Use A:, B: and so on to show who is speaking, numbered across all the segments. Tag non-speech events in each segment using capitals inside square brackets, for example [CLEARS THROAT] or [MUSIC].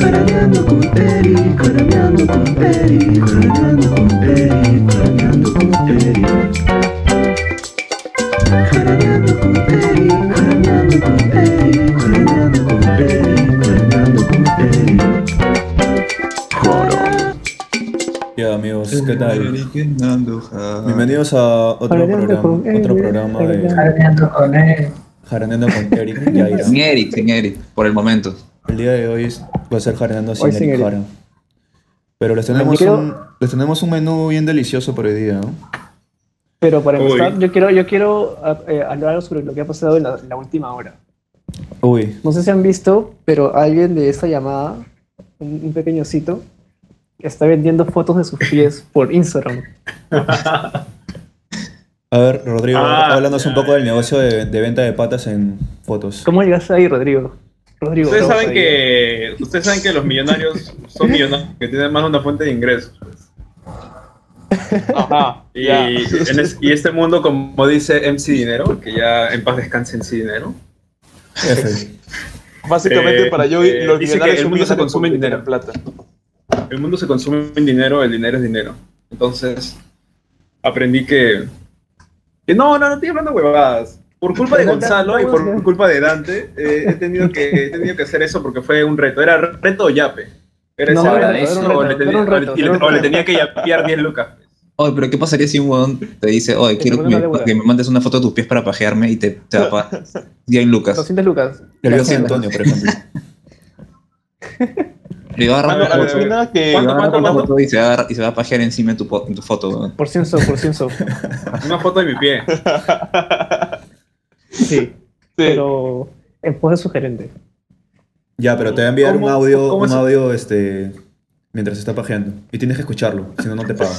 A: Carameando con peri, carameando con peri, carameando con peri, carameando con peri. Carameando con peri, carameando con peri, carameando con peri, carameando con peri. Joro.
B: Ya amigos, ¿qué tal?
C: Fernando, ja.
B: Bienvenidos a otro programa,
D: Jaraneando con Eric,
B: otro programa de
E: Hablando con él.
B: Jaraneando con Eric Yaira.
C: Sin Eric, sin Eric, por el momento.
B: El día de hoy es- va a ser Jaraneando sin
D: Hoy sin
B: Eric
D: Eric.
B: Jara. Pero les tenemos,
D: quiero-
B: un, les tenemos un menú bien delicioso por hoy día, ¿no?
D: Pero para empezar,
F: Uy.
D: yo quiero, yo quiero eh, hablar algo sobre lo que ha pasado en la, en la última hora.
B: Uy,
D: No sé si han visto, pero alguien de esta llamada, un, un pequeñocito, está vendiendo fotos de sus pies por Instagram.
B: a ver, Rodrigo,
F: Ah,
B: háblanos un
F: ya,
B: poco del negocio de, de venta de patas en fotos.
D: ¿Cómo llegaste ahí, Rodrigo? Rodrigo no,
F: Ustedes saben
D: Rodrigo.
F: que ustedes saben que los millonarios son millonarios que tienen más de una fuente de ingresos. pues.
G: Ajá,
F: Y,
G: Ah, ya.
F: en es- y este mundo, como dice MC Dinero, que ya en paz descanse MC Dinero,
B: F.
G: Básicamente
F: Eh,
G: para yo
F: eh,
G: los
F: dice
G: millonarios
F: que el
G: son
F: mundo se
G: millonarios
F: consume en
G: porque
F: dinero.
G: tienen plata.
F: el mundo se consume en dinero, el dinero es dinero. Entonces, aprendí que, que no, no, no estoy hablando huevadas. Por culpa de
D: No, no,
F: Gonzalo
D: no,
F: y por
D: no.
F: culpa de Dante, eh, he, tenido que, he tenido que hacer eso porque fue un reto. Era reto o yape. Era
D: No,
F: ese-
D: no
C: era
F: eso,
C: un reto,
F: o le
D: era
F: tenía-
D: un reto,
F: o le-
D: era un
F: o le
D: reto.
F: tenía que yapear 10 lucas.
C: Oye, pero ¿qué pasaría si un huevón te dice, oye,
D: Te
C: quiero que
D: mando una
C: me,
D: deuda.
C: que me mandes una foto de tus pies para pajearme y te, te va a [LAUGHS] pagar 10 lucas?
D: 200 lucas.
B: El
C: Ya
B: de
C: sé.
B: Antonio, por ejemplo.
C: Le va a agarrar
F: Mano,
C: la
F: a ver,
C: foto,
G: Ah, Alucina que
C: le va a
F: Ah, ¿cuánto,
C: agarrar la
F: cuánto?
C: foto y se va a agarrar- y se va a pajear encima de tu, po- de tu foto, huevón.
D: Por ciento, por ciento.
F: Una foto de mi pie.
D: Sí,
G: este,
D: pero en pos de sugerente.
B: Ya, pero te va a enviar un
F: ¿Cómo-
B: audio,
F: cómo
B: un
F: se-
B: audio este, mientras está pajeando. Y tienes que escucharlo, si no, no te paga.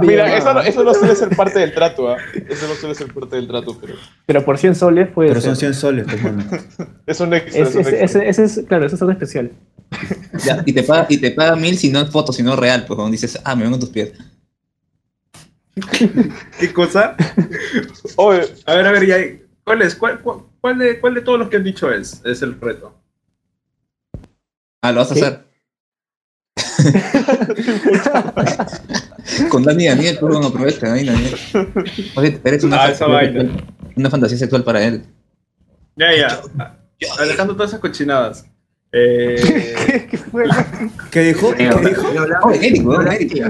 G: Mira, eso, no- eso no suele ser parte del trato, ¿ah? Eso no suele ser parte del trato, pero
D: Pero por 100 soles puede
H: eh.
B: Pero son 100
D: ser.
B: soles, pues,
H: [LAUGHS]
B: mano.
G: es un extra.
D: Es-
G: Es, un
D: es-
G: extra.
D: ese- ese es, claro, eso es algo especial.
C: Ya, y te paga, y te paga mil si no en foto, sino real, pues cuando dices, ah, me vengo tus pies.
F: ¿Qué cosa?
G: Oye,
F: A ver, a ver, ya. ¿Cuál es? ¿Cuál, cuál, cuál de, cuál de todos los que han dicho es? Es el reto.
C: Ah, lo vas a
D: ¿Qué?
C: hacer. Con Dani y Daniel, pues bueno, aprovecha, Dani y [LAUGHS] Daniel. Oye, eres una,
F: Ah, esa vaina.
C: una fantasía sexual para él.
F: Ya, ya. Alejando todas esas cochinadas. [LAUGHS] Eh,
D: ¿Qué [LAUGHS] fue?
B: ¿Qué dijo? ¿Qué dijo?
C: Oye, Eric, weón, Eric.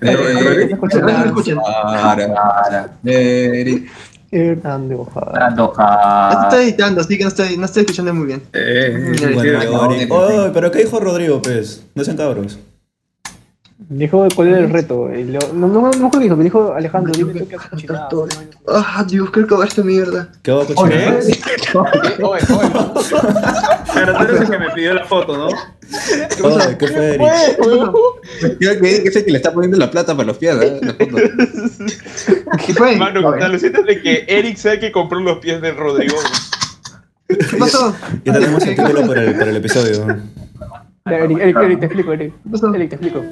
D: Rodrigo, escucha, Rodrigo,
C: Eh, para, Eric.
D: Eh, Hernando, ojalá.
H: Ah, tú estás editando, así que no estoy, no estoy escuchando muy bien.
F: eh,
H: Bueno,
F: sí,
B: Bueno,
F: no.
B: ahora- Oy, pero ¿qué dijo Rodrigo, pues? No sean cabros.
D: Dijo cuál era el reto. y lo- no, no, no, me acuerdo qué dijo, me dijo Alejandro, dime tú qué has cocinado.
H: Ah, Dios, qué cobarde mierda.
B: ¿Qué hago cochinadas?
G: oye, oye.
F: Pero tú eres el que me pidió la foto, ¿no?
B: Oy, ¿Qué fue, Eric?
G: Oye, huevón.
C: Yo creo que Eric es el que le está poniendo la plata para los pies, ¿eh? La foto.
H: ¿Qué fue?
G: Mano, la lucita de que Eric sea el que compró los pies de Rodrigo.
H: ¿Qué pasó?
B: Ya tenemos el título para el, para el episodio.
D: Ya, Eric, Eric, Eric, te explico, Eric.
H: ¿Qué pasó?
D: Eric, te explico.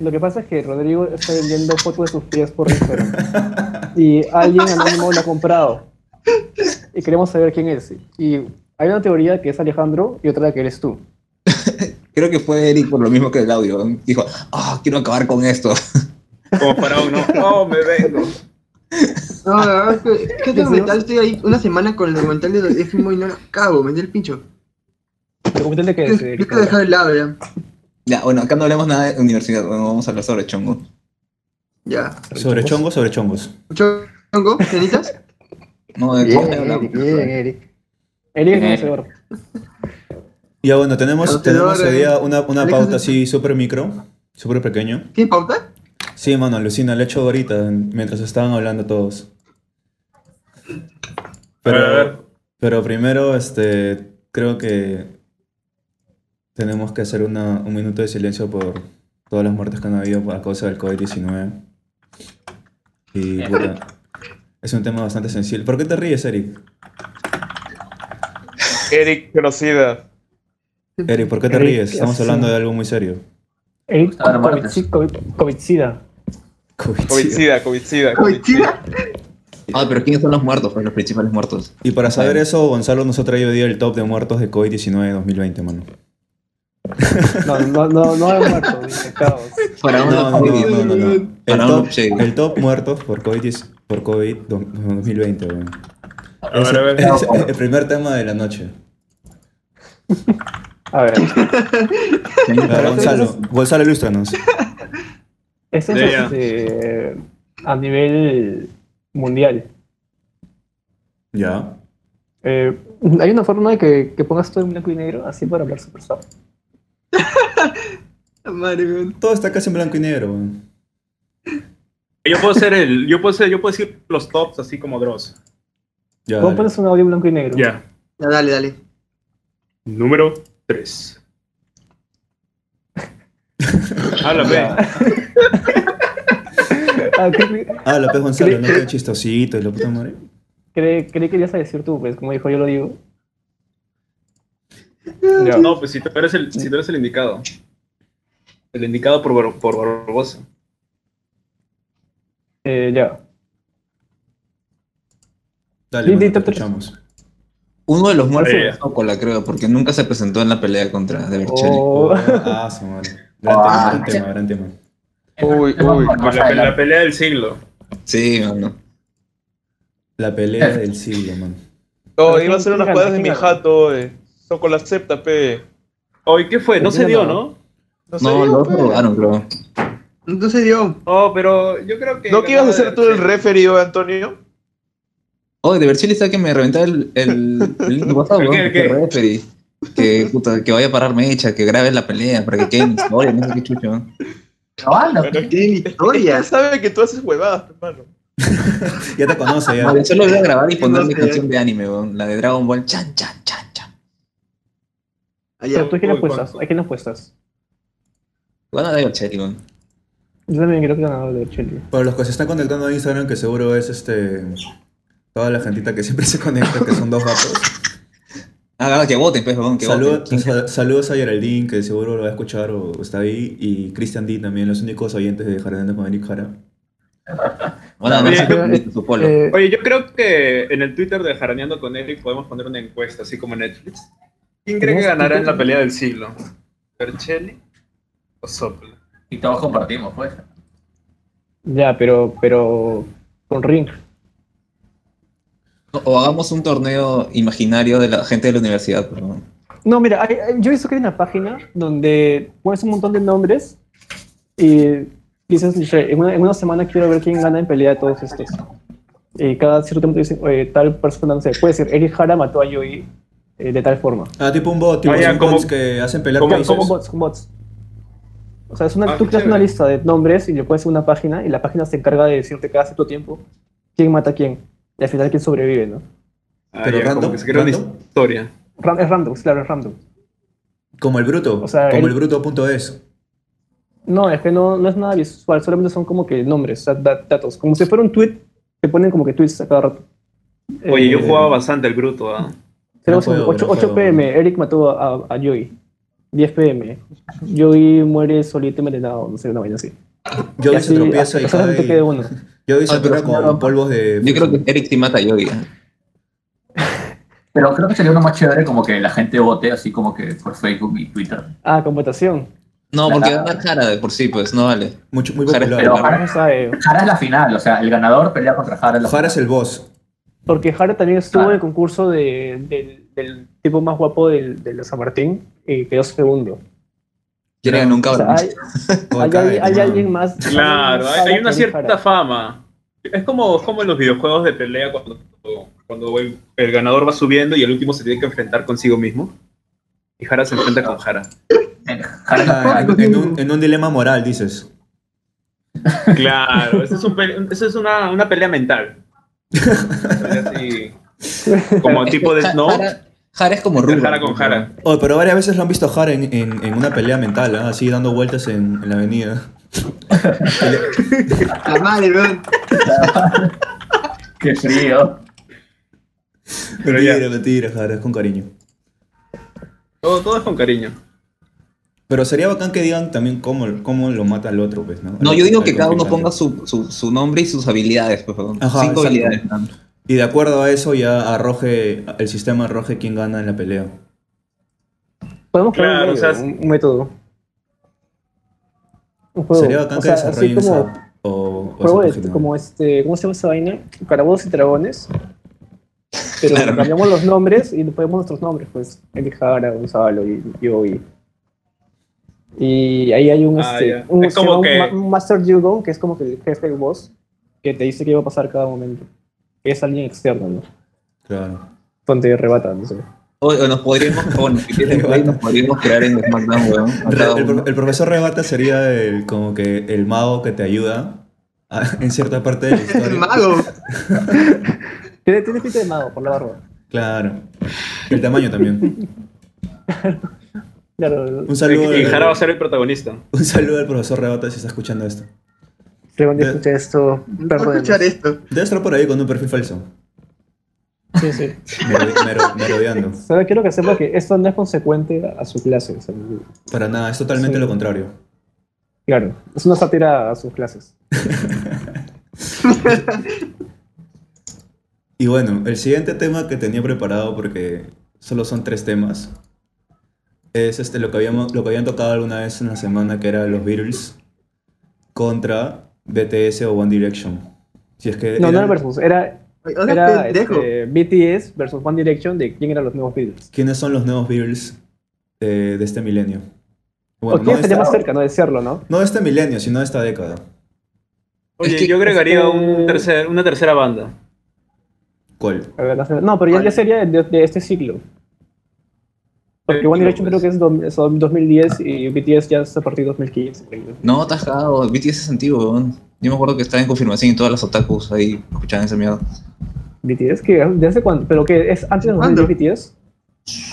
D: Lo que pasa es que Rodrigo está vendiendo fotos de sus pies por Instagram. Y alguien anónimo lo ha comprado. Y queremos saber quién es. Y hay una teoría que es Alejandro y otra que eres tú.
C: Creo que fue Eric por lo mismo que el audio. Dijo, ah, quiero acabar con esto.
F: Como para uno. Oh, me vengo.
H: No, la verdad es que, que este documental estoy ahí una semana con el documental de de Fimo y no lo acabo, me di el pincho.
D: ¿Te comenté que
H: Yo
D: eres,
H: quiero
D: Eric?
H: dejar el lado ya.
C: Ya, bueno, acá no hablemos nada de universidad, bueno, vamos a hablar sobre chongo.
H: Ya.
B: Sobre chongos, sobre chongos.
H: ¿Chongo? ¿Cenitas?
C: No, de
D: Bien,
C: corte hablamos.
D: Eric, bien, Eric. Eric es conocedor.
B: Ya bueno, tenemos,
H: Pero
B: tenemos
H: te
B: hoy
H: lo
B: día
H: agradezco.
B: una, una
H: Déjame-
B: pauta así súper micro, súper pequeño.
H: ¿Tienes pauta?
B: Sí, mano, Lucina, le he hecho ahorita mientras estaban hablando todos.
F: A ver.
B: Pero, pero primero, este, creo que tenemos que hacer una- un minuto de silencio por todas las muertes que han habido a causa del COVID-19. Y puta, es un tema bastante sensible. ¿Por qué te ríes, Eric?
G: Eric, conocida.
B: Eric, ¿por qué te
D: Eric,
B: ríes? Estamos
D: sí.
B: hablando de algo muy serio.
D: Eric,
E: Ahora
D: COVID- COVID- COVID-sida.
B: COVID.
G: Coincida, coincida.
H: ¿Coincida?
C: Ah, pero ¿quiénes son los muertos? Pues los principales muertos.
B: Y para saber eso, Gonzalo nos ha traído hoy día el top de muertos de COVID-19 2020, mano.
D: No, no, no, no hay muerto, dice caos.
C: Para
B: No,
C: una
B: no,
C: familia.
B: no, no, no. El,
C: Para
B: top,
C: un- sí.
B: el top muertos por COVID-19 por COVID 2020, weón.
F: A ver, a ver.
B: Es el primer tema de la noche.
D: A ver,
B: A ver, Gonzalo, Gonzalo, ilústranos.
D: esto es
F: Ya, ya.
D: este, a nivel mundial.
B: Ya.
D: Eh, hay una forma de que, que pongas todo en blanco y negro así para hablar super suave.
H: Madre mía.
B: Todo está casi en blanco y negro, weón.
F: Yo puedo ser el. Yo puedo ser, yo puedo decir los tops así como Dross.
B: Ya,
D: ¿Cómo
B: dale.
D: pones un audio en blanco y negro?
F: Ya.
H: Ya, dale, dale.
F: Número [LAUGHS] 3. Háblame.
D: Ah, cre-
B: Ah, López Gonzalo, no qué chistosito y la puta madre.
D: cre- Creí que ibas a decir tú, pues como dijo yo lo digo.
F: Ya, No, pues si tú eres el, si tú eres el indicado. El indicado por, Bar- por Barbosa.
D: Eh, ya.
B: Dale,
D: Di-
B: mano,
D: di-
B: te
D: te-
B: escuchamos.
C: Uno de los muertos
F: Ahí.
C: es Zócola, creo, porque nunca se presentó en la pelea contra De Vercelli.
D: Oh,
B: Ah, su madre. Gran
C: Ah,
B: tema, gran tema, gran tema.
G: Uy, uy.
F: La, pe- la pelea del siglo.
C: Sí, mano.
B: La pelea del siglo, mano.
G: No,
D: Pero
G: Oh, iba a
D: ¿quién-
G: ser unas
D: quién
G: cuadras
D: gana?
G: de mi
D: ¿Quién
G: jato, eh. Soco la acepta, pe.
F: Oye, ¿qué fue? No se dio, ¿no?
G: No, sé,
C: No, Ah,
G: yo,
C: los
G: pe.
C: robaron, creo.
H: No se dio.
F: Oh, pero yo creo que.
G: ¿No que ibas a ser tú el referido, Antonio?
C: Oh, De Vercelli está que me reventaba el, el, el link de WhatsApp,
F: ¿El [LAUGHS] qué,
C: weón,
F: el qué?
C: que referee. Que, puta, que vaya a parar mecha, que grabe la pelea para que quede en historia, no sé qué chucho. ¿no?
G: Pero-
H: Tienen [LAUGHS]
G: Ya
H: historias.
G: sabe que tú haces huevadas, hermano.
B: Ya te conoce, ya.
C: No, yo solo voy a grabar y poner mi
H: sé.
C: canción de anime, weón, la de Dragon Ball. Chan, chan, chan, chan.
H: Allá.
D: Pero tú, ¿a quién
F: Uy,
D: apuestas?
F: cuánto.
D: ¿A quién apuestas?
C: Bueno, De Vercelli, weón.
D: Yo también creo que ganador de Chile.
B: Para los que se están conectando a Instagram, que seguro es este. Toda la gentita que siempre se conecta, que son dos gatos.
C: Ah, que voten, pues, weón, que
B: Saludo-
C: voten.
B: [LAUGHS] sal- saludos a Geraldine, que seguro lo va a escuchar o está ahí. Y Christian D también, los únicos oyentes de Jardín con Eric Jara.
C: Bueno, no
F: Oye,
C: sé
D: yo-
C: qué su polo.
D: Eh,
F: Oye, yo creo que en el Twitter de Jaraneando con Eric podemos poner una encuesta, así como en Netflix. ¿Quién cree que ganará en la pelea del siglo? ¿Perchelli o Sopla?
E: Y todos compartimos, pues.
D: ya, pero, pero con Ring.
C: O hagamos un torneo imaginario de la gente de la universidad, pues, por favor.
D: No, mira, hay- hay- yo he visto que hay una página donde pones un montón de nombres y dices, "Che, en una, en una semana quiero ver quién gana en pelea de todos estos. Y cada cierto tiempo te dicen, "Oye, tal persona, no sé, puede ser, Eric Hara mató a Yui eh, de tal forma.
B: Ah, tipo un bot, tipo
F: Ah, ya,
B: son
F: como-
B: bots que hacen pelear
F: como-
B: países.
D: Como bots, como bots. O sea, es una,
F: Ah,
D: tú
F: qué
D: creas una
F: chévere.
D: lista de nombres y le pones en una página y la página se encarga de decirte cada cierto tiempo quién mata a quién y al final quién sobrevive, ¿no?
B: Pero
F: Ah, ya,
B: random,
F: como que se crea una
B: random.
F: historia.
D: Ran- es random, claro, es random.
B: Como el bruto,
D: O sea,
B: como el,
D: el-
B: bruto.es.
D: No, es que no, no es nada visual, solamente son como que nombres, o sea, da- datos. Como si fuera un tweet, te ponen como que tweets a cada rato.
F: Oye,
D: Eh,
F: yo jugaba bastante el bruto. ¿ah?
D: tenemos
B: no juego,
D: 8,
B: no juego.
D: pm, Eric mató a, a Joey. 10 pm, Joey muere solito envenenado, no sé, una vaina así.
B: Yo
D: Y
B: se
D: así,
B: tropieza y
D: hasta- [LAUGHS] solamente
B: cae.
D: queda uno.
B: Yo se
C: Ay, pero
B: tropieza
C: es
B: con
C: una-
B: polvos de.
C: Yo creo que Eric sí mata a Yogi. ¿eh?
E: Pero creo que sería uno más chévere como que la gente vote así como que por Facebook y Twitter.
D: Ah, con votación.
C: No, porque
E: Claro.
C: ganar Jara de por sí, pues, no vale.
B: Mucho, muy
C: Jara,
B: popular.
E: pero
B: Jara,
D: No sabe.
E: Jara es la final, o sea, el ganador pelea contra Jara. en la
B: es
E: final.
B: el boss.
D: Porque Jara también estuvo
E: Claro.
D: en el concurso de- del, del tipo más guapo del, del San Martín y quedó segundo.
C: Quiere ganar un
D: O sea,
C: cabrón.
D: hay,
B: O
D: hay-
B: acá,
D: hay- hay
B: hermano.
D: alguien más. alguien
F: Claro,
D: más
F: hay,
D: Jara
F: hay una
D: que Eric
F: cierta
D: Jara.
F: fama. Es como, como en los videojuegos de pelea cuando, cuando el, el ganador va subiendo y el último se tiene que enfrentar consigo mismo. Y Jara se enfrenta con Jara.
E: Jara es la
B: Ah, en,
E: final.
B: en un, en un dilema moral, dices.
F: Claro, eso es, un pe- eso es una, una pelea mental. Así, como tipo de Snow,
C: Jara, Jara es como Rulo.
F: Jara con Jara.
B: Oh, pero varias veces lo han visto a Jara en, en- en una pelea mental, ¿ah? así dando vueltas en, en la avenida.
H: La madre, weón.
E: Qué frío.
F: Pero ya.
B: Mentira, mentira, Jara, es con cariño.
F: Todo, todo es con cariño.
B: Pero sería bacán que digan también cómo, cómo lo mata el otro, pues, ¿no?
C: No,
B: Al-
C: yo digo
B: al
C: que cada uno
B: contrincante.
C: ponga su, su, su nombre y sus habilidades, por favor.
B: Ajá,
C: Cinco
B: exacto.
C: habilidades.
B: Y de acuerdo a eso ya arroje, el sistema arroje quién gana en la pelea.
D: Podemos crear un,
F: Claro, o
D: medio,
F: sea,
D: un, un método. Un juego.
B: Sería bacán
D: o
B: que
D: sea,
B: desarrollen
D: así como
B: esa, o, o
D: juego
B: esa
D: de,
B: página.
D: como este, ¿cómo se llama esa vaina? Carabos y dragones. Pero
C: Claro.
D: cambiamos los nombres y le ponemos nuestros nombres, pues. El Jara, Gonzalo y yo y. Y ahí hay un,
F: Ah,
D: este,
F: ya.
D: un,
F: Es como
D: se llama
F: que-
D: un ma- un Master Jugon, que es como que el jefe del boss, que te dice qué va a pasar cada momento. Es alguien externo, ¿no?
B: Claro.
D: Donde rebata, no sé.
C: O, o nos podríamos, o bueno, si tienes Play, nos podríamos crear en SmackDown, weón. a
B: El,
C: cada
B: el
C: uno.
B: pro- el profesor Rebata sería el, como que el mago que te ayuda a- [LAUGHS] en cierta parte de la
C: [LAUGHS]
H: El
B: historia.
H: mago.
D: Tiene, tiene pinta de mago por la barba.
B: Claro. El tamaño
C: [LAUGHS]
B: también.
D: Claro,
B: Un saludo,
F: Y Jara va a
B: al,
F: ser el protagonista.
B: un saludo al profesor Rebata si está escuchando esto.
D: Según yo escuché esto,
H: No puedo
D: perdón.
H: escuchar esto.
B: Debe estar por ahí con un perfil falso.
D: Sí, sí.
B: merode- mero- merodeando.
D: Solo quiero que sepa que esto no es consecuente a su clase. o sea,
B: Para nada, es totalmente
D: Sí.
B: lo contrario.
D: claro, es una sátira a sus clases.
B: Y bueno, el siguiente tema que tenía preparado, porque solo son tres temas, es este, lo, que habíamos, lo que habían tocado alguna vez en la semana, que era los Beatles contra BTS o One Direction. Si es que
D: No,
B: eran-
D: no era versus, era,
H: Hola,
D: era
H: pendejo.
D: este, BTS versus One Direction de quién eran los nuevos Beatles.
B: ¿Quiénes son los nuevos Beatles eh, de este milenio?
D: O
B: Bueno, no,
D: quién
B: de
D: estaría
B: esta-
D: más cerca, ¿no? De serlo, ¿no?
B: no de este milenio, sino de esta década.
F: Oye,
C: Es que-
F: yo agregaría un
D: este-
F: tercer, una tercera banda.
B: ¿Cuál?
D: A ver, no sé. No, pero ya, ya sería de, de este ciclo. Porque One Direction
B: pues.
D: creo que es, do- es 2010 y BTS ya es a partir de 2015. creo.
C: No, estás cagado, BTS es antiguo, weón. Yo me acuerdo que estaba en confirmación y todas las otakus ahí escuchaban esa mierda.
D: BTS, que ¿de hace cuándo? ¿Pero que es antes de
H: ¿Cuándo?
D: 2010 BTS?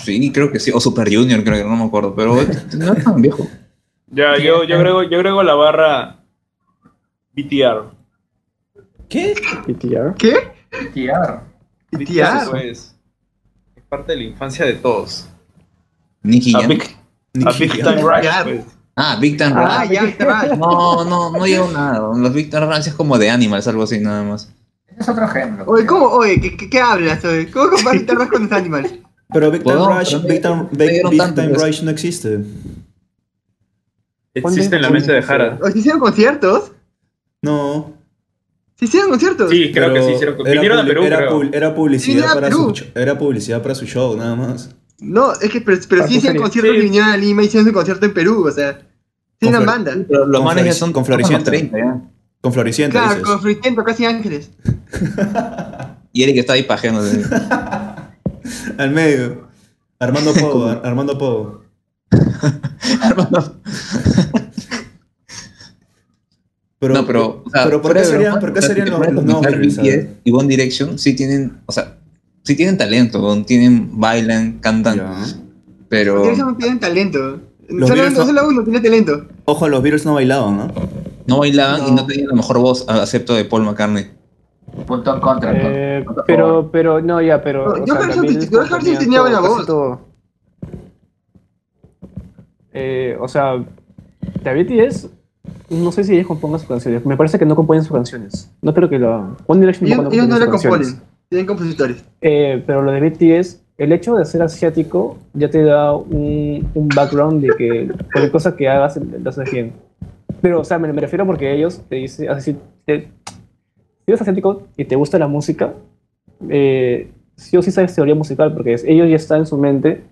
C: Sí, creo que sí, o Super Junior, creo que no me acuerdo, pero no es tan viejo.
F: Ya, yo, yo, agrego, yo agrego la barra BTR.
B: ¿Qué?
D: BTR.
H: ¿Qué?
E: Tiar.
H: BTR.
F: Eso es. pues, Es parte de la infancia de todos.
C: Nicky
F: A
C: Jam.
F: Big, a Big Time Rush. pues.
C: Ah, Big Time Rush.
H: Ah, ya, trash.
C: No, no, no llevo nada. Los Big Time Rush es como de Animals, algo así, nada más.
E: Ese es otro género.
H: Oye, ¿cómo? Oye, ¿qué, qué, qué hablas? Oye? ¿Cómo comparas guitarras con los animales?
B: Pero Big Time
C: Bueno,
B: Rush,
C: pero
B: Big Time,
C: me dieron
B: Big
C: tanto,
B: Time
C: pues.
B: Rush no existe.
F: Existe en la mente de Jara.
H: ¿O si hicieron conciertos?
B: No,
H: ¿Si hicieron conciertos?
F: Sí, creo que
B: Pero
F: sí hicieron.
B: era
F: Vinieron a
B: publi-
F: Perú,
B: era,
F: creo.
B: pub- era
H: Vinieron
B: publicidad
H: a
B: para
H: Perú.
B: su cho- era publicidad para su show, nada más.
H: No, es que, pero, pero sí
D: Conciertos.
H: hicieron conciertos
F: Sí.
H: y vinieron a Lima y hicieron un concierto en Perú, o sea. Sí, una
B: Con
H: banda.
C: Pero los
B: Con
C: manes ya
B: Floricienta.
C: son
B: Con
C: tocan los
B: Floricienta.
C: 30 ya.
B: Con Floricienta,
H: Claro,
B: dices.
H: con Fritento, casi ángeles.
C: Y Eric está ahí pajeando. así.
B: Al medio.
C: [LAUGHS]
B: Armando Pogo, Ar- Armando Pogo.
C: Hermano. no, pero, o sea,
B: pero ¿por
C: fuera
B: qué
C: de
B: serían,
C: broma,
B: por qué
C: o sea,
B: serían
C: si
B: los,
C: te [LAUGHS] pones a
B: los nuevos
C: analizar
B: Beatles? a ver?
C: BTS y One Direction sí tienen, o sea, sí tienen talento, weón, tienen, bailan, cantan,
B: Ya.
C: pero
H: Porque ellos no tienen talento.
B: Los
H: Solo,
B: Beatles no-
H: solo uno tiene talento.
B: Ojo, los Beatles no bailaban, ¿no?
C: eh, no bailaban y
D: No.
C: no tenían la mejor voz, a- excepto de Paul McCartney.
E: Punto en contra.
D: Eh,
E: ¿no?
D: pero, pero, no, ya, pero.
H: No,
D: o
H: yo
D: sea,
H: creo que
D: también
H: sí- yo creo que sí
D: componían
H: tenía
D: todo,
H: buena
D: casi
H: voz.
D: todo. Eh, o sea, David BTS, no sé si ellos compongan sus canciones. Me parece que no componen sus canciones. No creo que lo hagan. One Direction
H: Ellos,
D: tampoco
H: ellos no
D: sus
H: lo
D: canciones.
H: componen. Tienen compositores.
D: Eh, pero lo de BTS, el hecho de ser asiático ya te da un, un background de que cualquier cosa que hagas lo haces bien. Pero, o sea, me, me refiero porque ellos te dicen, así, te- si eres asiático y te gusta la música, eh, sí o sí sabes teoría musical, porque es- ellos ya están en su mente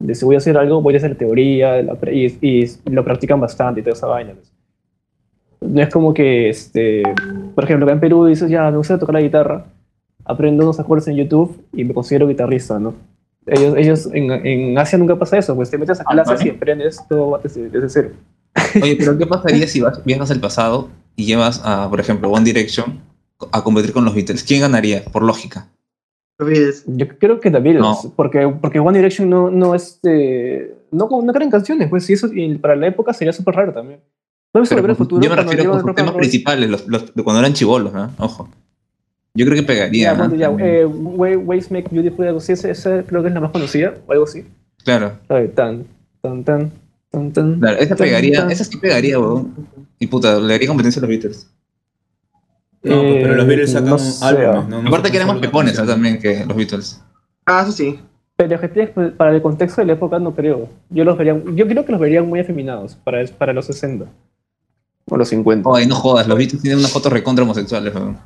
D: de si voy a hacer algo, voy a hacer teoría, la pra- y, y lo practican bastante y toda esa vaina. pues. No es como que, este, por ejemplo, acá en Perú dices, ya, me gusta tocar la guitarra, aprendo unos acordes en YouTube y me considero guitarrista, ¿no? Ellos, ellos en, en Asia nunca pasa eso, pues te metes a
E: Ah,
D: clases y
E: bueno.
D: aprendes todo desde, desde cero.
C: Oye, pero ¿qué pasaría si vas- viajas al pasado y llevas a, por ejemplo, One Direction a competir con los Beatles? ¿Quién ganaría? Por lógica.
H: Los Beatles.
D: Yo creo que también,
C: No.
D: porque, porque One Direction no, no, este, no, no crean canciones, pues, y eso y para la época sería súper raro también. No me
C: Pero
D: el
C: con-
D: futuro
C: yo me
D: cuando
C: refiero
D: llevan
C: a
D: el
C: los
D: rock
C: temas
D: and roll.
C: principales, los, los de cuando eran chivolos, ¿no? Ojo. Yo creo que pegaría.
D: Ya, bueno,
C: ¿no?
D: ya, eh, Way- Ways Make Beautiful, algo así, esa, esa creo que es la más conocida, o algo así.
C: Claro.
D: La de tan, tan, tan, Tan, tan,
C: Claro, esa
D: tan,
C: pegaría,
D: tan.
C: esa sí pegaría, weón. Y puta, le haría competencia a los Beatles.
B: No, pues, pero los Beatles
D: Eh,
B: sacan
D: no sé.
B: álbumes, ¿no?
C: Aparte que eran más pepones
B: pepones,
C: ¿sabes? también que los Beatles.
H: Ah, eso sí.
D: Pero que tienes- para el contexto de la época no creo. Yo los vería, yo creo que los verían muy afeminados para, el- para los 60. O los 50.
C: Ay, no jodas, los Beatles tienen unas fotos recontra homosexuales, weón.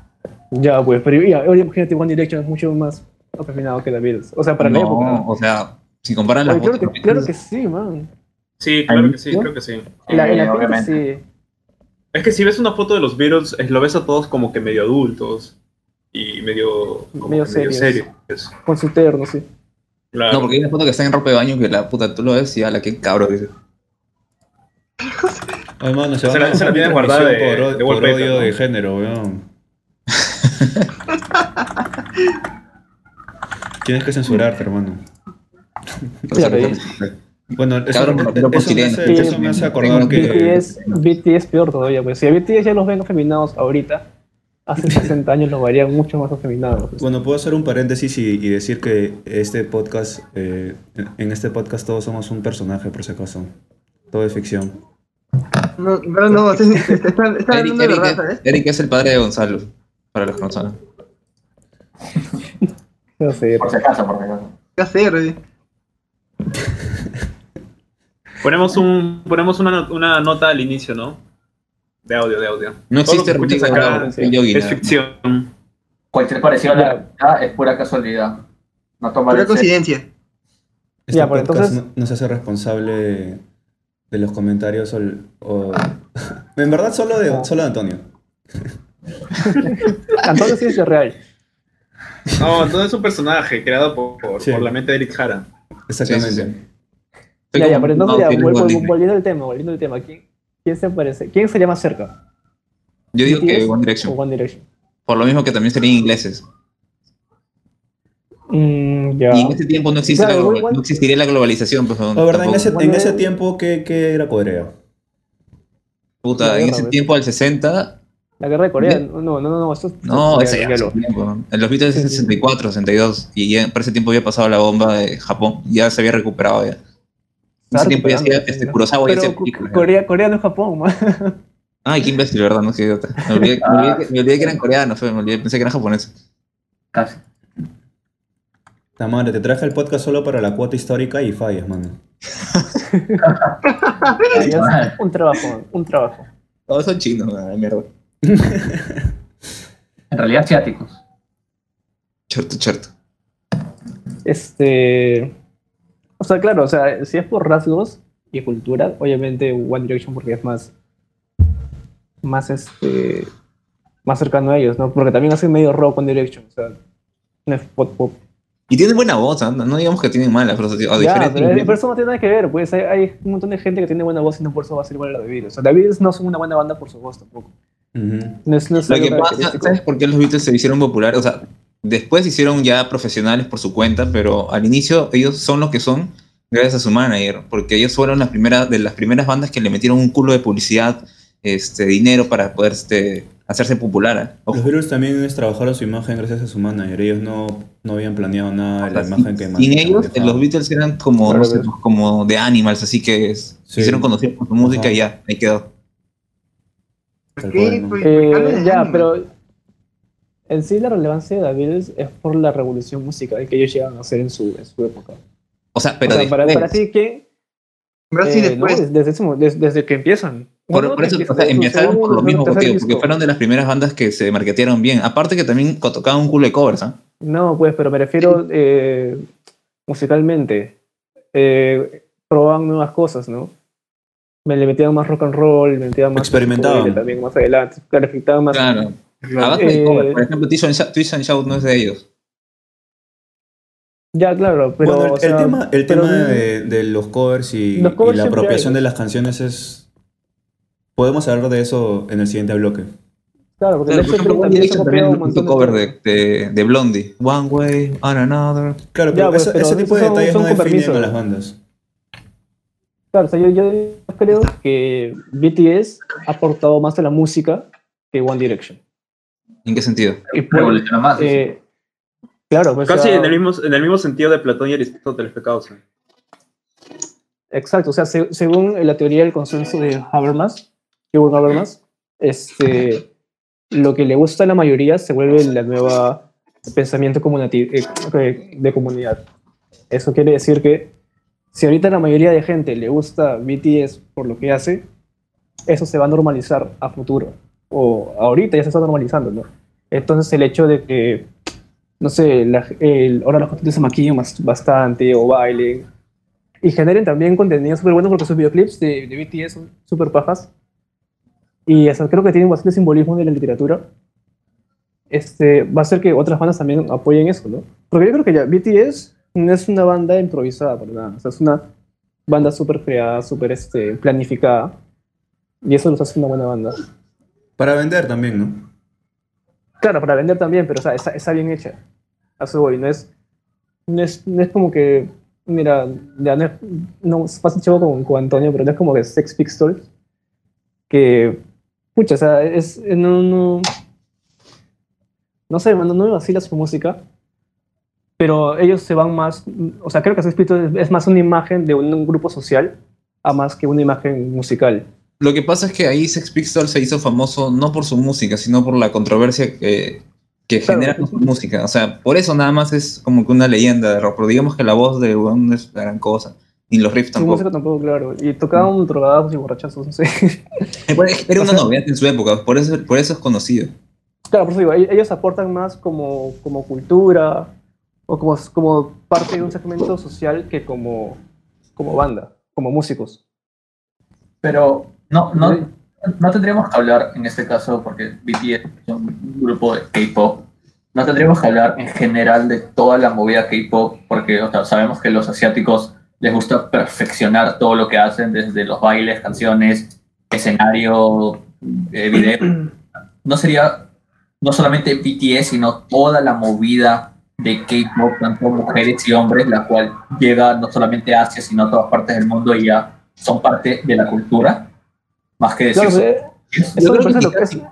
D: Ya, pues, pero ya, ahora imagínate One Direction es mucho más afeminado que The Beatles. O sea, para la
C: No,
D: época.
C: O sea, si comparan las
D: Oye, claro,
C: fotos.
D: que, claro que sí, man.
F: Sí, claro que sí,
D: ¿No?
F: creo que sí.
D: La, en
E: Eh,
D: la pinta
E: obviamente.
D: sí.
F: Es que si ves una foto de los Beatles, eh, lo ves a todos como que medio adultos y medio, como
D: Medio
F: que
D: serios.
F: serios.
D: Con su terno, sí.
F: Claro.
C: No, porque hay una foto que está en ropa de baño que la puta, tú lo ves y a la que cabro. dices.
B: Oye, mano, se,
F: Se
B: van
F: la-
B: a
F: se la
B: una
F: tienen guardada
B: transmisión
F: de-
B: por, o-
F: de
B: por
F: wallpaper,
B: odio
F: ¿no?
B: de género,
C: [LAUGHS]
B: weón. Tienes que censurarte, hermano.
D: Claro, y-
B: Bueno, eso,
C: Cabrón,
B: eh,
C: pero por
B: eso me,
C: chileno.
B: hace, eso me hace acordar
C: Tengo
B: que...
D: BTS, BTS peor todavía, pues. Si a BTS ya los ven afeminados ahorita,
C: [LAUGHS]
D: hace 60 años los verían mucho más afeminados. pues.
B: Bueno, puedo hacer un paréntesis y, y decir que este podcast, eh, en- en este podcast todos somos un personaje, por si acaso. Todo es ficción.
H: No, pero no, está, está, está,
C: [LAUGHS]
H: está
C: Eric,
H: hablando de
C: Eric,
H: verdad,
C: es-
H: ¿sabes?
C: Eric es el padre de Gonzalo, para los que no saben.
D: No sé, pues,
E: [LAUGHS] Por si acaso, por si acaso.
H: ¿Qué hacer? eh?
F: Ponemos, un, ponemos una, not- una nota al inicio, ¿no? De audio, de audio.
C: No
F: Todo lo
C: existe
F: que escuchas
C: Rodrigo
F: acá
C: Bravo, el Yogi,
F: Es
C: nada.
F: ficción.
E: Cualquier parecido a la realidad es pura casualidad. No tomar
H: Pura
E: el serio.
H: coincidencia.
B: Este
D: Ya, pero
B: podcast
D: entonces-
B: no- nos hace responsable de los comentarios o... el- o- [LAUGHS] en verdad solo de, solo de Antonio.
D: Antonio sí es de real.
F: No, todo es un personaje creado por, por,
B: Sí.
F: por la mente de Eric Jara.
B: Exactamente.
C: Sí, sí, Estoy
D: Ya, ya,
C: como-
D: pero entonces
C: no,
D: ya,
C: tiene
D: vol-
C: Walt
D: vol-
C: Disney.
D: volviendo al tema, volviendo al tema, ¿quién, quién se parece? ¿Quién sería más cerca?
C: Yo digo que
D: BTS
C: One
D: o
C: Direction.
D: One Direction?
C: Por lo mismo que también serían ingleses.
D: Mm, ya.
C: Y en ese tiempo no, existe
D: Claro,
C: la glo-
D: igual-
C: no existiría la globalización, pues.
B: O verdad, en
C: tampoco.
B: ese, en
D: Bueno,
B: ese
D: eh,
B: tiempo, ¿qué, qué era Corea?
C: Puta,
D: La
C: en
D: guerra,
C: ese
D: pues.
C: tiempo, al 60,
D: La guerra de Corea. No, no, no, no. Eso,
C: no,
D: ya,
C: ese ya
D: ya
C: hace
D: lo-
C: tiempo, ¿no? En los Beatles es
D: Sí, sí.
C: 64, 62, y ya, para ese tiempo había pasado la bomba de Japón, ya se había recuperado ya. En ese
D: Estaba
C: tiempo ya hacía,
D: recuperando,
C: este,
D: ¿no?
C: Kurosawa ya
D: Pero
C: hacía
D: Co-
C: películas. ya.
D: Corea, Corea no es Japón, man.
C: Ay, qué imbécil, ¿verdad? No sé, idiota. Me olvidé, me olvidé que, me olvidé que eran coreanos, fe, me olvidé, pensé que eran japoneses.
E: Casi.
B: La madre, te traje el podcast solo para la cuota histórica y fallas, mano.
D: [LAUGHS]
E: madre.
D: un trabajo, un trabajo.
C: Todos son chinos, la mierda.
E: En realidad, asiáticos.
C: Chorto, chorto.
D: Este. O sea, claro, o sea, si es por rasgos y cultura, obviamente One Direction porque es más. Más este. Más cercano a ellos, ¿no? Porque también hace medio rock One Direction, o sea. No es pop pop.
C: Y tienen buena voz, ¿ah? no, no digamos que tienen mala, pero a
D: Ya,
C: diferencia.
D: pero, pero eso no tiene nada que ver, pues hay, hay un montón de gente que tiene buena voz y no por eso va a ser igual a The Beatles. O sea, The Beatles no son una buena banda por su voz tampoco.
B: Ujú.
D: No es, no es
C: Lo
D: algo
C: que pasa,
D: característico.
C: ¿sabes por qué los Beatles se hicieron populares? O sea, después se hicieron ya profesionales por su cuenta, pero al inicio ellos son lo que son gracias a su manager, porque ellos fueron las primeras, de las primeras bandas que le metieron un culo de publicidad, este, dinero para poder este, hacerse popular. ¿eh? Ojo,
B: Los Beatles también trabajaron su imagen gracias a su manager. Ellos no, no habían planeado nada de la
C: o sea,
B: imagen
C: sin-
B: que
C: sin
B: manejaban.
C: ellos, eh, los Beatles eran como, no sé,
D: Claro.
C: como de Animals, así que es-
B: Sí.
C: se hicieron conocer por su música
B: Ajá.
C: y ya, ahí quedó.
B: Tal
H: ¿Qué?
B: cual, ¿no?
H: Pues,
D: Eh,
H: habla de
D: ya,
H: anime.
D: pero en sí la relevancia de David es, es por la revolución musical que ellos llegan a hacer en su, en su época.
C: O sea, pero
D: o sea, para,
C: después-
D: para ti que
H: Brasil
D: eh, no,
H: después.
D: des- desde, ese mo- des- desde que empiezan.
C: Por,
D: Bueno,
C: por eso,
D: que
C: o sea,
D: su
C: empezaron por
D: segundo,
C: los mismos
D: tercer
C: motivos,
D: disco.
C: porque fueron de las primeras bandas que se marketearon bien. Aparte que también co- tocaban un culo de covers, ¿ah?
D: No, pues, pero me refiero eh, musicalmente. Eh, probaban nuevas cosas, ¿no? Me le metían más rock and roll, le metían más.
B: Experimentaban.
D: También más adelante, claro, experimentaban más.
C: Claro.
F: Claro.
C: Aparte de
D: Eh,
C: covers, por ejemplo, Twist and Shout- Twist and Shout no es de ellos.
D: Ya, claro, pero.
B: bueno, el,
D: o
B: el
D: sea,
B: tema, el
D: pero-
B: tema de, de los covers y,
D: Los covers
B: y la
D: siempre
B: apropiación
D: hay.
B: de las canciones es... Podemos hablar de eso en el siguiente bloque.
D: Claro, porque
C: Claro,
D: Led
C: por
D: Zeppelin
C: ejemplo, One
D: también se
C: Direction también
D: copiaba un
C: hizo
D: montón de
C: cover
D: cosas.
C: de, de, de Blondie. One Way, on Another.
B: Claro,
D: Ya,
B: pero,
D: pues,
B: ese,
D: pero
B: ese tipo de
D: son-
B: detalles
D: son
B: no definen
D: compromisos.
B: a las bandas.
D: Claro, o sea, yo, yo creo que BTS ha aportado más a la música que One Direction.
C: ¿En qué sentido?
D: Y por-
E: Revolucionó más. sí.
D: eh, claro, pues, o
F: Casi
D: sea,
F: ¿eh? en el, mismo, en el mismo sentido de Platón y Aristóteles que causan.
D: Exacto, o sea, se- según la teoría del consenso de Habermas, Ewan Habermas, este, lo que le gusta a la mayoría se vuelve la nueva pensamiento comunati- eh, eh, de comunidad. Eso quiere decir que si ahorita la mayoría de gente le gusta BTS por lo que hace, eso se va a normalizar a futuro. O ahorita ya se está normalizando, ¿no? Entonces el hecho de que, no sé, la- el- ahora los contenidos se maquillan más- bastante o bailen y generen también contenido súper bueno porque sus videoclips de, de BTS son súper pajas. Y eso creo que tienen bastante simbolismo de la literatura. Este, va a ser que otras bandas también apoyen eso, ¿no? Porque yo creo que ya BTS no es una banda improvisada por nada. O sea, es una banda súper creada, súper este, planificada. Y eso los hace una buena banda.
B: Para vender también, ¿no?
D: Claro, para vender también, pero o sea, está, está bien hecha. A su voy, no es, no es, no es como que, mira, ya no es, no, se pasa chavo con, con Antonio, pero no es como que Sex Pistols, que, pucha, o sea, es, no, no, no sé, no, no me vacila su música, pero ellos se van más, o sea, creo que Sex Pistols es más una imagen de un, un grupo social a más que una imagen musical.
C: Lo que pasa es que ahí Sex Pistols se hizo famoso no por su música, sino por la controversia que, que
D: Claro.
C: genera con su música. O sea, por eso nada más es como que una leyenda de rock. Pero digamos que la voz de One no es la gran cosa. Ni los riffs
D: Su música
C: tampoco.
D: tampoco, claro, y tocaban drogados y borrachazos, no sé. [LAUGHS]
C: pues, Era una
D: o sea-
C: novedad en su época, por eso, por eso es conocido.
D: Claro, por eso digo, e- ellos aportan más como, como cultura o como, como parte de un segmento social que como, como banda, como músicos.
E: Pero no, no, no tendríamos que hablar en este caso, porque BTS es un grupo de K-pop. No tendríamos que hablar en general de toda la movida K-pop, porque o sea, sabemos que los asiáticos les gusta perfeccionar todo lo que hacen, desde los bailes, canciones, escenario, eh, video. No sería no solamente BTS, sino toda la movida de K-pop, tanto mujeres y hombres, la cual llega no solamente a Asia, sino a todas partes del mundo y ya son parte de la cultura, más que decir.
D: Claro, eh, pero
E: son-
D: eso, me
E: Yo creo que
D: parece
E: ni
D: lo que es,
E: casi-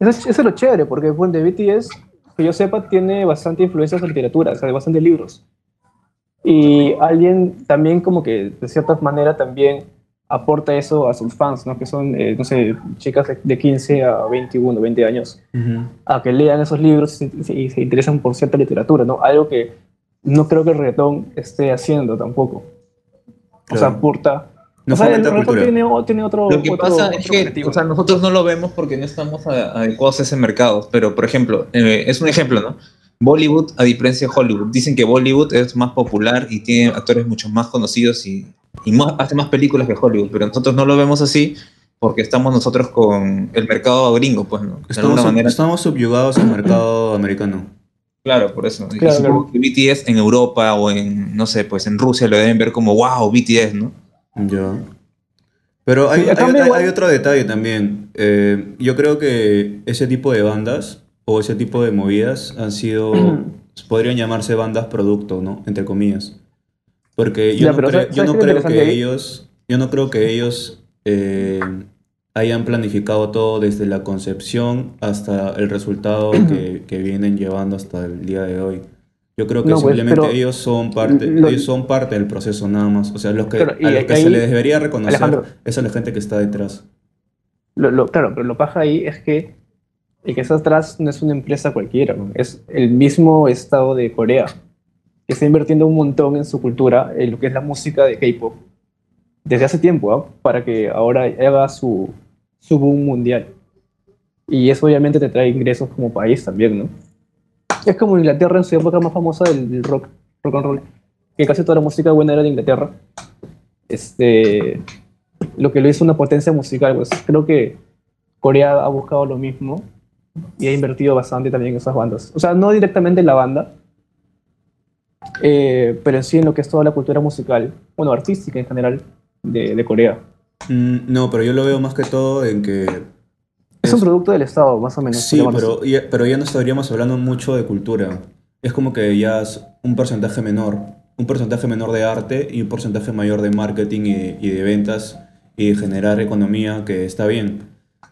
D: eso, es- eso es lo chévere, porque bueno, de BTS, que yo sepa, tiene bastante influencia de literatura, o sea, de bastante libros. Y alguien también como que de cierta manera también aporta eso a sus fans, ¿no? Que son, eh, no sé, chicas de- de 15 a 21, 20 años. a que lean esos libros y se, y se interesan por cierta literatura, ¿no? Algo que no creo que el reggaetón esté haciendo tampoco. O sea,
B: Claro.
D: aporta...
B: No
D: o sea, el
B: fomenta
D: reggaetón
B: cultura.
D: tiene, o- tiene otro...
C: Lo que
D: otro-
C: pasa es
D: otro
C: que
D: objetivo.
C: o sea, nosotros no lo vemos porque no estamos a- adecuados a ese mercado. Pero, por ejemplo, eh, es un ejemplo, ¿no? Bollywood, a diferencia de Hollywood, dicen que Bollywood es más popular y tiene actores mucho más conocidos y, y más, hace más películas que Hollywood. Pero nosotros no lo vemos así porque estamos nosotros con el mercado gringo, pues, ¿no? De
B: Estamos,
C: alguna
B: sub-
C: manera.
B: estamos subyugados al mercado americano.
C: Claro, por eso. Y
D: Claro,
C: supongo que BTS en Europa o en, no sé, pues en Rusia lo deben ver como, wow, BTS, ¿no?
B: Ya. Pero hay,
D: Sí, acá
B: hay-
D: me
B: hay-
D: voy-
B: hay otro detalle también. Eh, yo creo que ese tipo de bandas o ese tipo de movidas han
D: [CLEARS THROAT]
B: sido, podrían llamarse bandas producto, ¿no? Entre comillas. Porque yo
D: Ya,
B: no,
D: pero
B: cre-
D: ¿sabes-
B: yo no
D: sabes qué es
B: creo
D: interesante
B: que
D: ahí?
B: ellos, yo no creo que ellos eh, hayan planificado todo desde la concepción hasta el
D: [CLEARS THROAT]
B: resultado que, que vienen llevando hasta el día de hoy. Yo creo que
D: No, pues,
B: simplemente
D: pero-
B: ellos son parte,
D: Lo-
B: ellos son parte del proceso nada más. O sea, los que,
D: Claro, y
B: a los que
D: ahí-
B: se les debería reconocer
D: Alejandro.
B: es a la gente que está detrás.
D: Lo- lo- claro, pero lo paja ahí es que el que está atrás no es una empresa cualquiera, ¿no? es el mismo estado de Corea, que está invirtiendo un montón en su cultura, en lo que es la música de K-pop, desde hace tiempo, ¿ah? para que ahora haga su, su boom mundial. Y eso obviamente te trae ingresos como país también, ¿no? Es como Inglaterra en su época más famosa del, del rock, rock and roll, que casi toda la música buena era de Inglaterra. Este, lo que lo hizo una potencia musical, pues creo que Corea ha buscado lo mismo y ha invertido bastante también en esas bandas. O sea, no directamente en la banda, eh, pero sí en lo que es toda la cultura musical, bueno, artística en general de, de Corea.
B: Mm, no, pero yo lo veo más que todo en que...
D: Es un producto del Estado, más o menos.
B: Sí,
D: llamarlo así.
B: pero ya, pero ya no estaríamos hablando mucho de cultura. Es como que ya es un porcentaje menor. Un porcentaje menor de arte y un porcentaje mayor de marketing y, y de ventas y de generar economía, que está bien.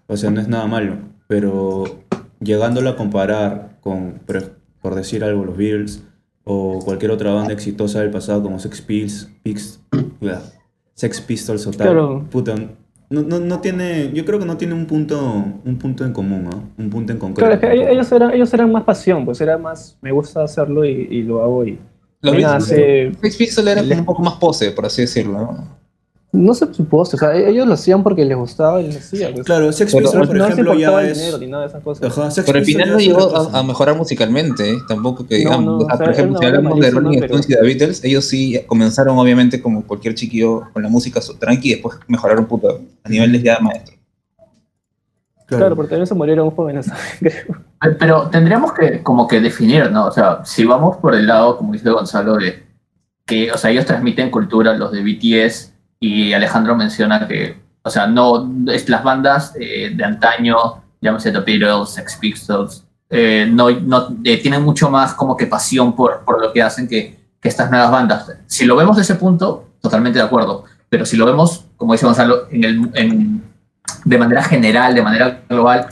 B: O sea, no es nada malo. Pero llegándolo a comparar con, por, por decir algo, los Beatles o cualquier otra banda exitosa del pasado como Sex Pistols, Pix- bla, [CLEARS THROAT] Sex Pistols o tal.
D: Claro.
B: Puta, no, no, no tiene, yo creo que no tiene un punto, un punto en común, ¿no? Un punto en concreto.
D: Claro, es que ellos- ellos eran, ellos eran más pasión, pues era más, me gusta hacerlo y, y lo hago y...
C: Lo
D: y nada,
C: mismo.
D: se-
C: Sex Pistols era como un poco más pose, por así decirlo. ¿no?
D: no se supose, o sea, e- ellos lo hacían porque les gustaba y les hacía. Pues.
B: Claro, Sex
C: Pero
B: Pistols, por
D: no les
B: ejemplo,
D: importaba
B: ya
D: el
B: es...
D: dinero ni nada de esas cosas.
B: Ajá, Sex
C: Pero al
B: Pistols
C: final
B: ya
C: no
B: es
C: llegó
B: otra
C: a,
B: cosa.
C: a mejorar musicalmente, ¿eh? tampoco que
D: No,
C: digamos.
D: no,
C: o sea,
D: o sea,
C: por
D: era
C: ejemplo, si
D: una
C: hablamos de
D: malísima,
C: Rolling
D: pero-
C: Stones y The Beatles, ellos sí comenzaron obviamente como cualquier chiquillo con la música su- tranqui y después mejoraron puta, a niveles ya de maestro.
D: Claro, pero también se murieron jóvenes, creo.
E: Pe- Pero tendríamos que como que definir, ¿no? O sea, si vamos por el lado, como dice Gonzalo, de que, o sea, ellos transmiten cultura, los de BTS, y Alejandro menciona que, o sea, no, es las bandas eh, de antaño, llámese The Beatles, Sex Pistols, eh, no, no, eh, tienen mucho más como que pasión por, por lo que hacen que, que estas nuevas bandas. Si lo vemos de ese punto, totalmente de acuerdo, pero si lo vemos, como dice Gonzalo, en el, en- de manera general, de manera global,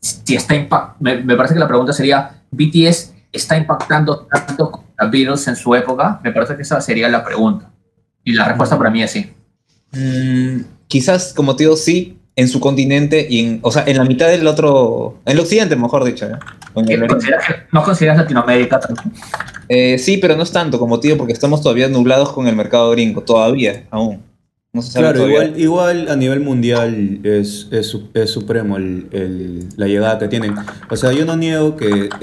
E: si está impa- me, me parece que la pregunta sería, ¿BTS está impactando tanto con los Beatles en su época? Me parece que esa sería la pregunta. Y la respuesta para mí es sí.
C: Mm, quizás, como te digo, sí, en su continente y en, o sea, en la mitad del otro, en el occidente, mejor dicho. ¿eh? Con el
E: ¿Qué
C: oriente.
E: consideras que- ¿No consideras Latinoamérica también?
C: Eh, sí, pero no es tanto como tío, porque estamos todavía nublados con el mercado gringo, todavía, aún. No se sabe
B: Claro,
C: todavía.
B: igual, igual a nivel mundial es, es, su- es supremo el- el- la llegada que tienen. O sea, yo no niego que, en-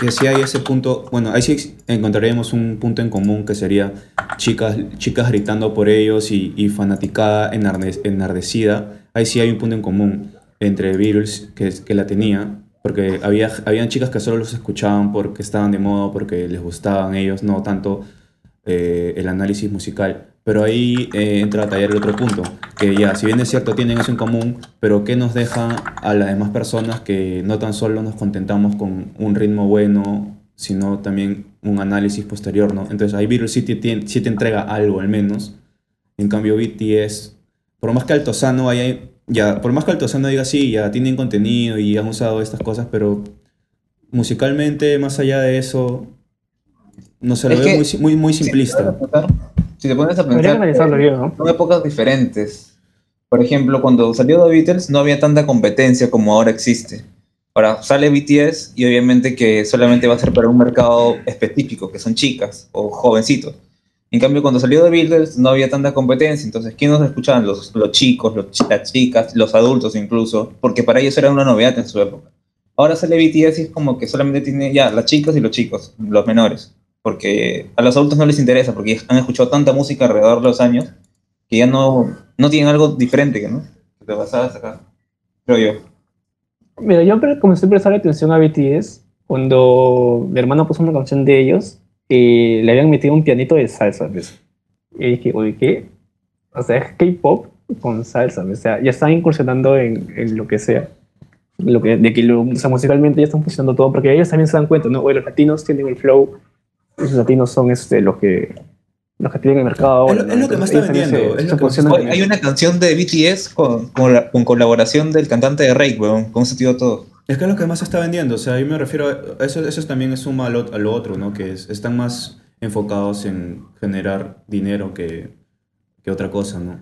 B: que si hay ese punto, bueno, ahí sí ex- encontraríamos un punto en común que sería chicas, chicas gritando por ellos y, y fanaticada, enarne- enardecida. Ahí sí hay un punto en común entre Beatles que, es- que la tenía, porque había, habían chicas que solo los escuchaban porque estaban de moda, porque les gustaban ellos, no tanto eh, el análisis musical. Pero ahí eh, entra a tallar el otro punto, que ya, si bien es cierto, tienen eso en común, pero ¿qué nos deja a las demás personas que no tan solo nos contentamos con un ritmo bueno, sino también un análisis posterior, ¿no? Entonces ahí Virus City tiene, sí te entrega algo al menos, en cambio BTS, por más que Altozano haya, ya, por más que Altozano diga sí, ya tienen contenido y han usado estas cosas, pero musicalmente, más allá de eso, no se lo
C: Es
B: veo
C: que-
B: muy, si- muy, muy simplista.
C: Si te pones a pensar- Si te pones a
D: Habría que analizarlo
C: pensar, eh,
D: bien, ¿no?
C: son épocas diferentes. Por ejemplo, cuando salió The Beatles no había tanta competencia como ahora existe. Ahora sale BTS y obviamente que solamente va a ser para un mercado específico, que son chicas o jovencitos. En cambio, cuando salió The Beatles no había tanta competencia, entonces ¿quién nos escuchaban? Los, los chicos, los chi- las chicas, los adultos incluso, porque para ellos era una novedad en su época. Ahora sale BTS y es como que solamente tiene ya las chicas y los chicos, los menores, porque a los adultos no les interesa, porque han escuchado tanta música alrededor de los años que ya no, no tienen algo diferente, ¿no? Que te vas a sacar, creo yo.
D: Mira, yo pre- comencé a prestar atención a BTS cuando mi hermano puso una canción de ellos y le habían metido un pianito de salsa, ¿ves? Y dije, uy, ¿qué? O sea, es K-pop con salsa, ¿ves? O sea, ya están incursionando en, en lo que sea. Lo que, de que lo, o sea, musicalmente ya están funcionando todo, porque ellos también se dan cuenta, ¿no? Oye, los latinos tienen el flow, los latinos son este, los que los que tienen el mercado
B: Es
D: ahora.
B: lo- es lo que más está vendiendo, es lo que más está
C: Oye, hay una canción de BTS con, con, la- con colaboración del cantante de Rake, weón. ¿Cómo se tiró todo?
B: Es que es lo que más se está vendiendo, o sea, yo me refiero a eso, eso también es suma a lo, a lo otro, ¿no? Que es- están más enfocados en generar dinero que, que otra cosa, ¿no?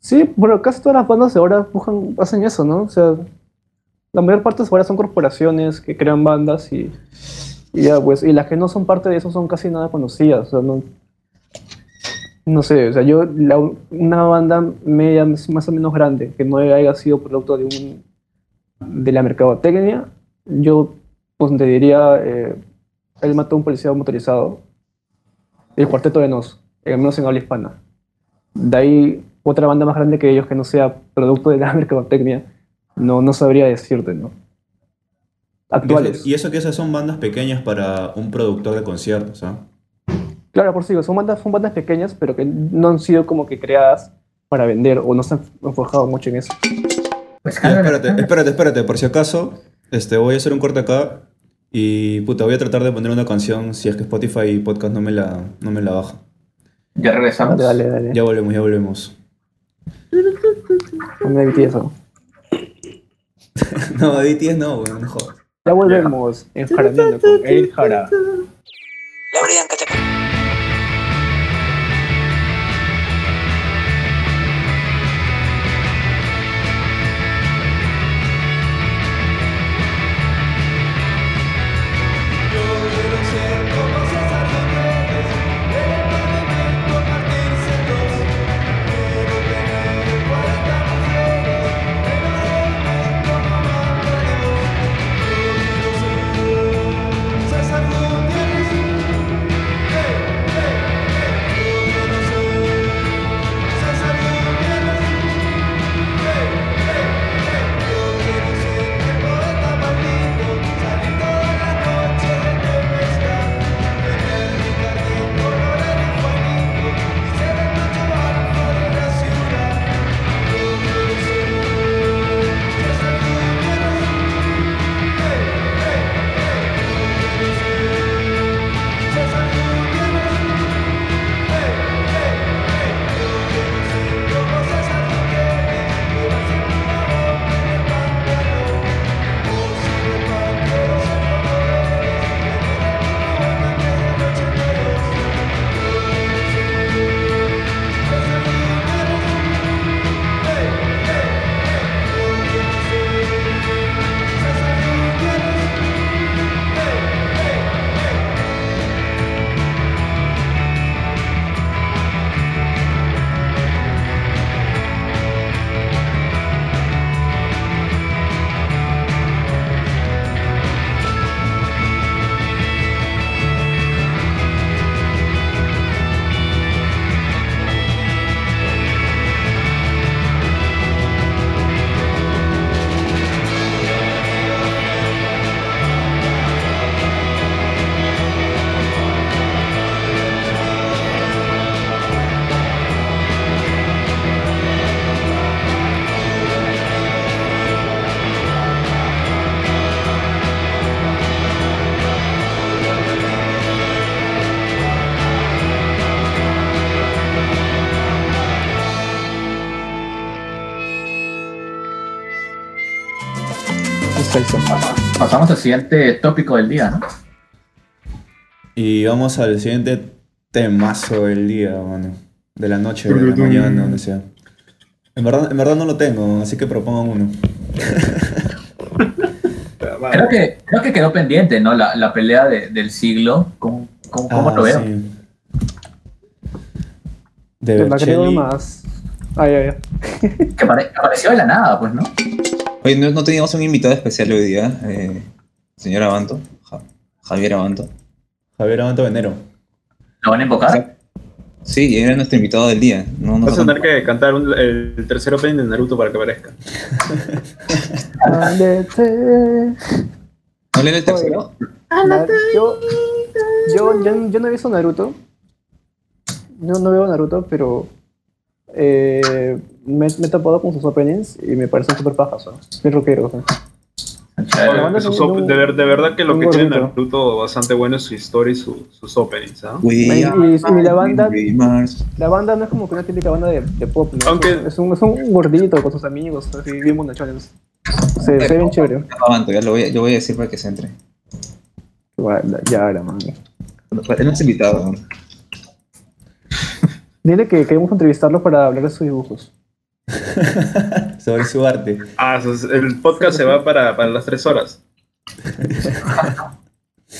D: Sí, pero casi todas las bandas de ahora buscan, hacen eso, ¿no? O sea, la mayor parte de ahora son corporaciones que crean bandas y, y ya, pues, y las que no son parte de eso son casi nada conocidas, o sea, no, no sé, o sea, yo, la- una banda media, más o menos grande, que no haya sido producto de un, de la mercadotecnia, yo, pues, te diría, eh, él mató a un policía motorizado, el Cuarteto de Nos, al menos en habla hispana. De ahí, otra banda más grande que ellos que no sea producto de la [LAUGHS] mercadotecnia, no, no sabría decirte,
B: Y
D: ¿no?
B: eso-
D: Actuales.
B: Y eso que esas son bandas pequeñas para un productor de conciertos, ¿ah?
D: Claro, por sí, son bandas, son bandas pequeñas, pero que no han sido como que creadas para vender o no se han enfocado mucho en eso.
E: Pues
B: Ya,
E: claro,
B: espérate, eh, espérate, espérate, por si acaso, este, voy a hacer un corte acá y puta, voy a tratar de poner una canción si es que Spotify y podcast no me la, no me la baja.
E: ya regresamos.
D: Dale, dale, dale.
B: Ya volvemos, ya volvemos. [LAUGHS]
D: Ponme BTS, ¿no?
B: no, BTS no, weón, no jodas.
D: Ya volvemos en Jaramiendo con Eric Jara.
I: La Brian Cachaca.
B: Perfecto.
E: Pasamos al siguiente tópico del día, ¿no?
B: Y vamos al siguiente temazo del día, mano. De la noche, de la mañana, donde sea. En verdad, en verdad no lo tengo, así que propongan uno.
E: Creo que, creo que quedó pendiente, ¿no? La, la pelea de- del siglo. ¿Cómo, cómo, cómo
B: Ah,
E: lo veo?
B: sí. De
D: Te la creo
B: Bercelli.
D: más. Ay, ay, ay.
E: Que pare- que apareció de la nada, pues, ¿no?
C: Oye, no, no teníamos un invitado especial hoy día, eh, señor Abanto, Ja- Javier Abanto.
B: Javier Amato Venero.
E: ¿Lo van a invocar?
C: Sí, era nuestro invitado del día. No, no,
F: Vas a tener que cantar un- el tercer opening de Naruto para que aparezca.
D: Ándete.
C: ¿No leen el tercero?
D: Na- Yo, yo, yo, yo no he visto Naruto. Yo no veo Naruto, pero eh, me, me he tapado con sus openings y me parecen súper pajas. ¿no? Bien rockeros, ¿no?
E: Chévere.
D: banda
F: Sus
D: tiene
F: op-
D: un-
F: de, ver- de verdad que lo
D: un
F: que tiene
D: gordito.
F: Naruto bastante bueno es su historia y su- sus openings, ¿ah?
C: We
D: Y-
C: are
D: y la banda-
C: we Mars.
D: La banda no es como que una típica banda de, de pop, ¿no?
F: Aunque-
D: Es un, es un gordito con sus amigos, así bien monachones. Se, se ven chévere.
C: Abanto, ya lo voy, a- yo voy a decir para que se entre.
D: Guarda, Ya era, man.
C: Él no es invitado. ¿no?
D: Dile que queremos entrevistarlo para hablar de sus dibujos.
B: Sobre su arte.
F: Ah, eso es- el podcast se va para, para las tres horas.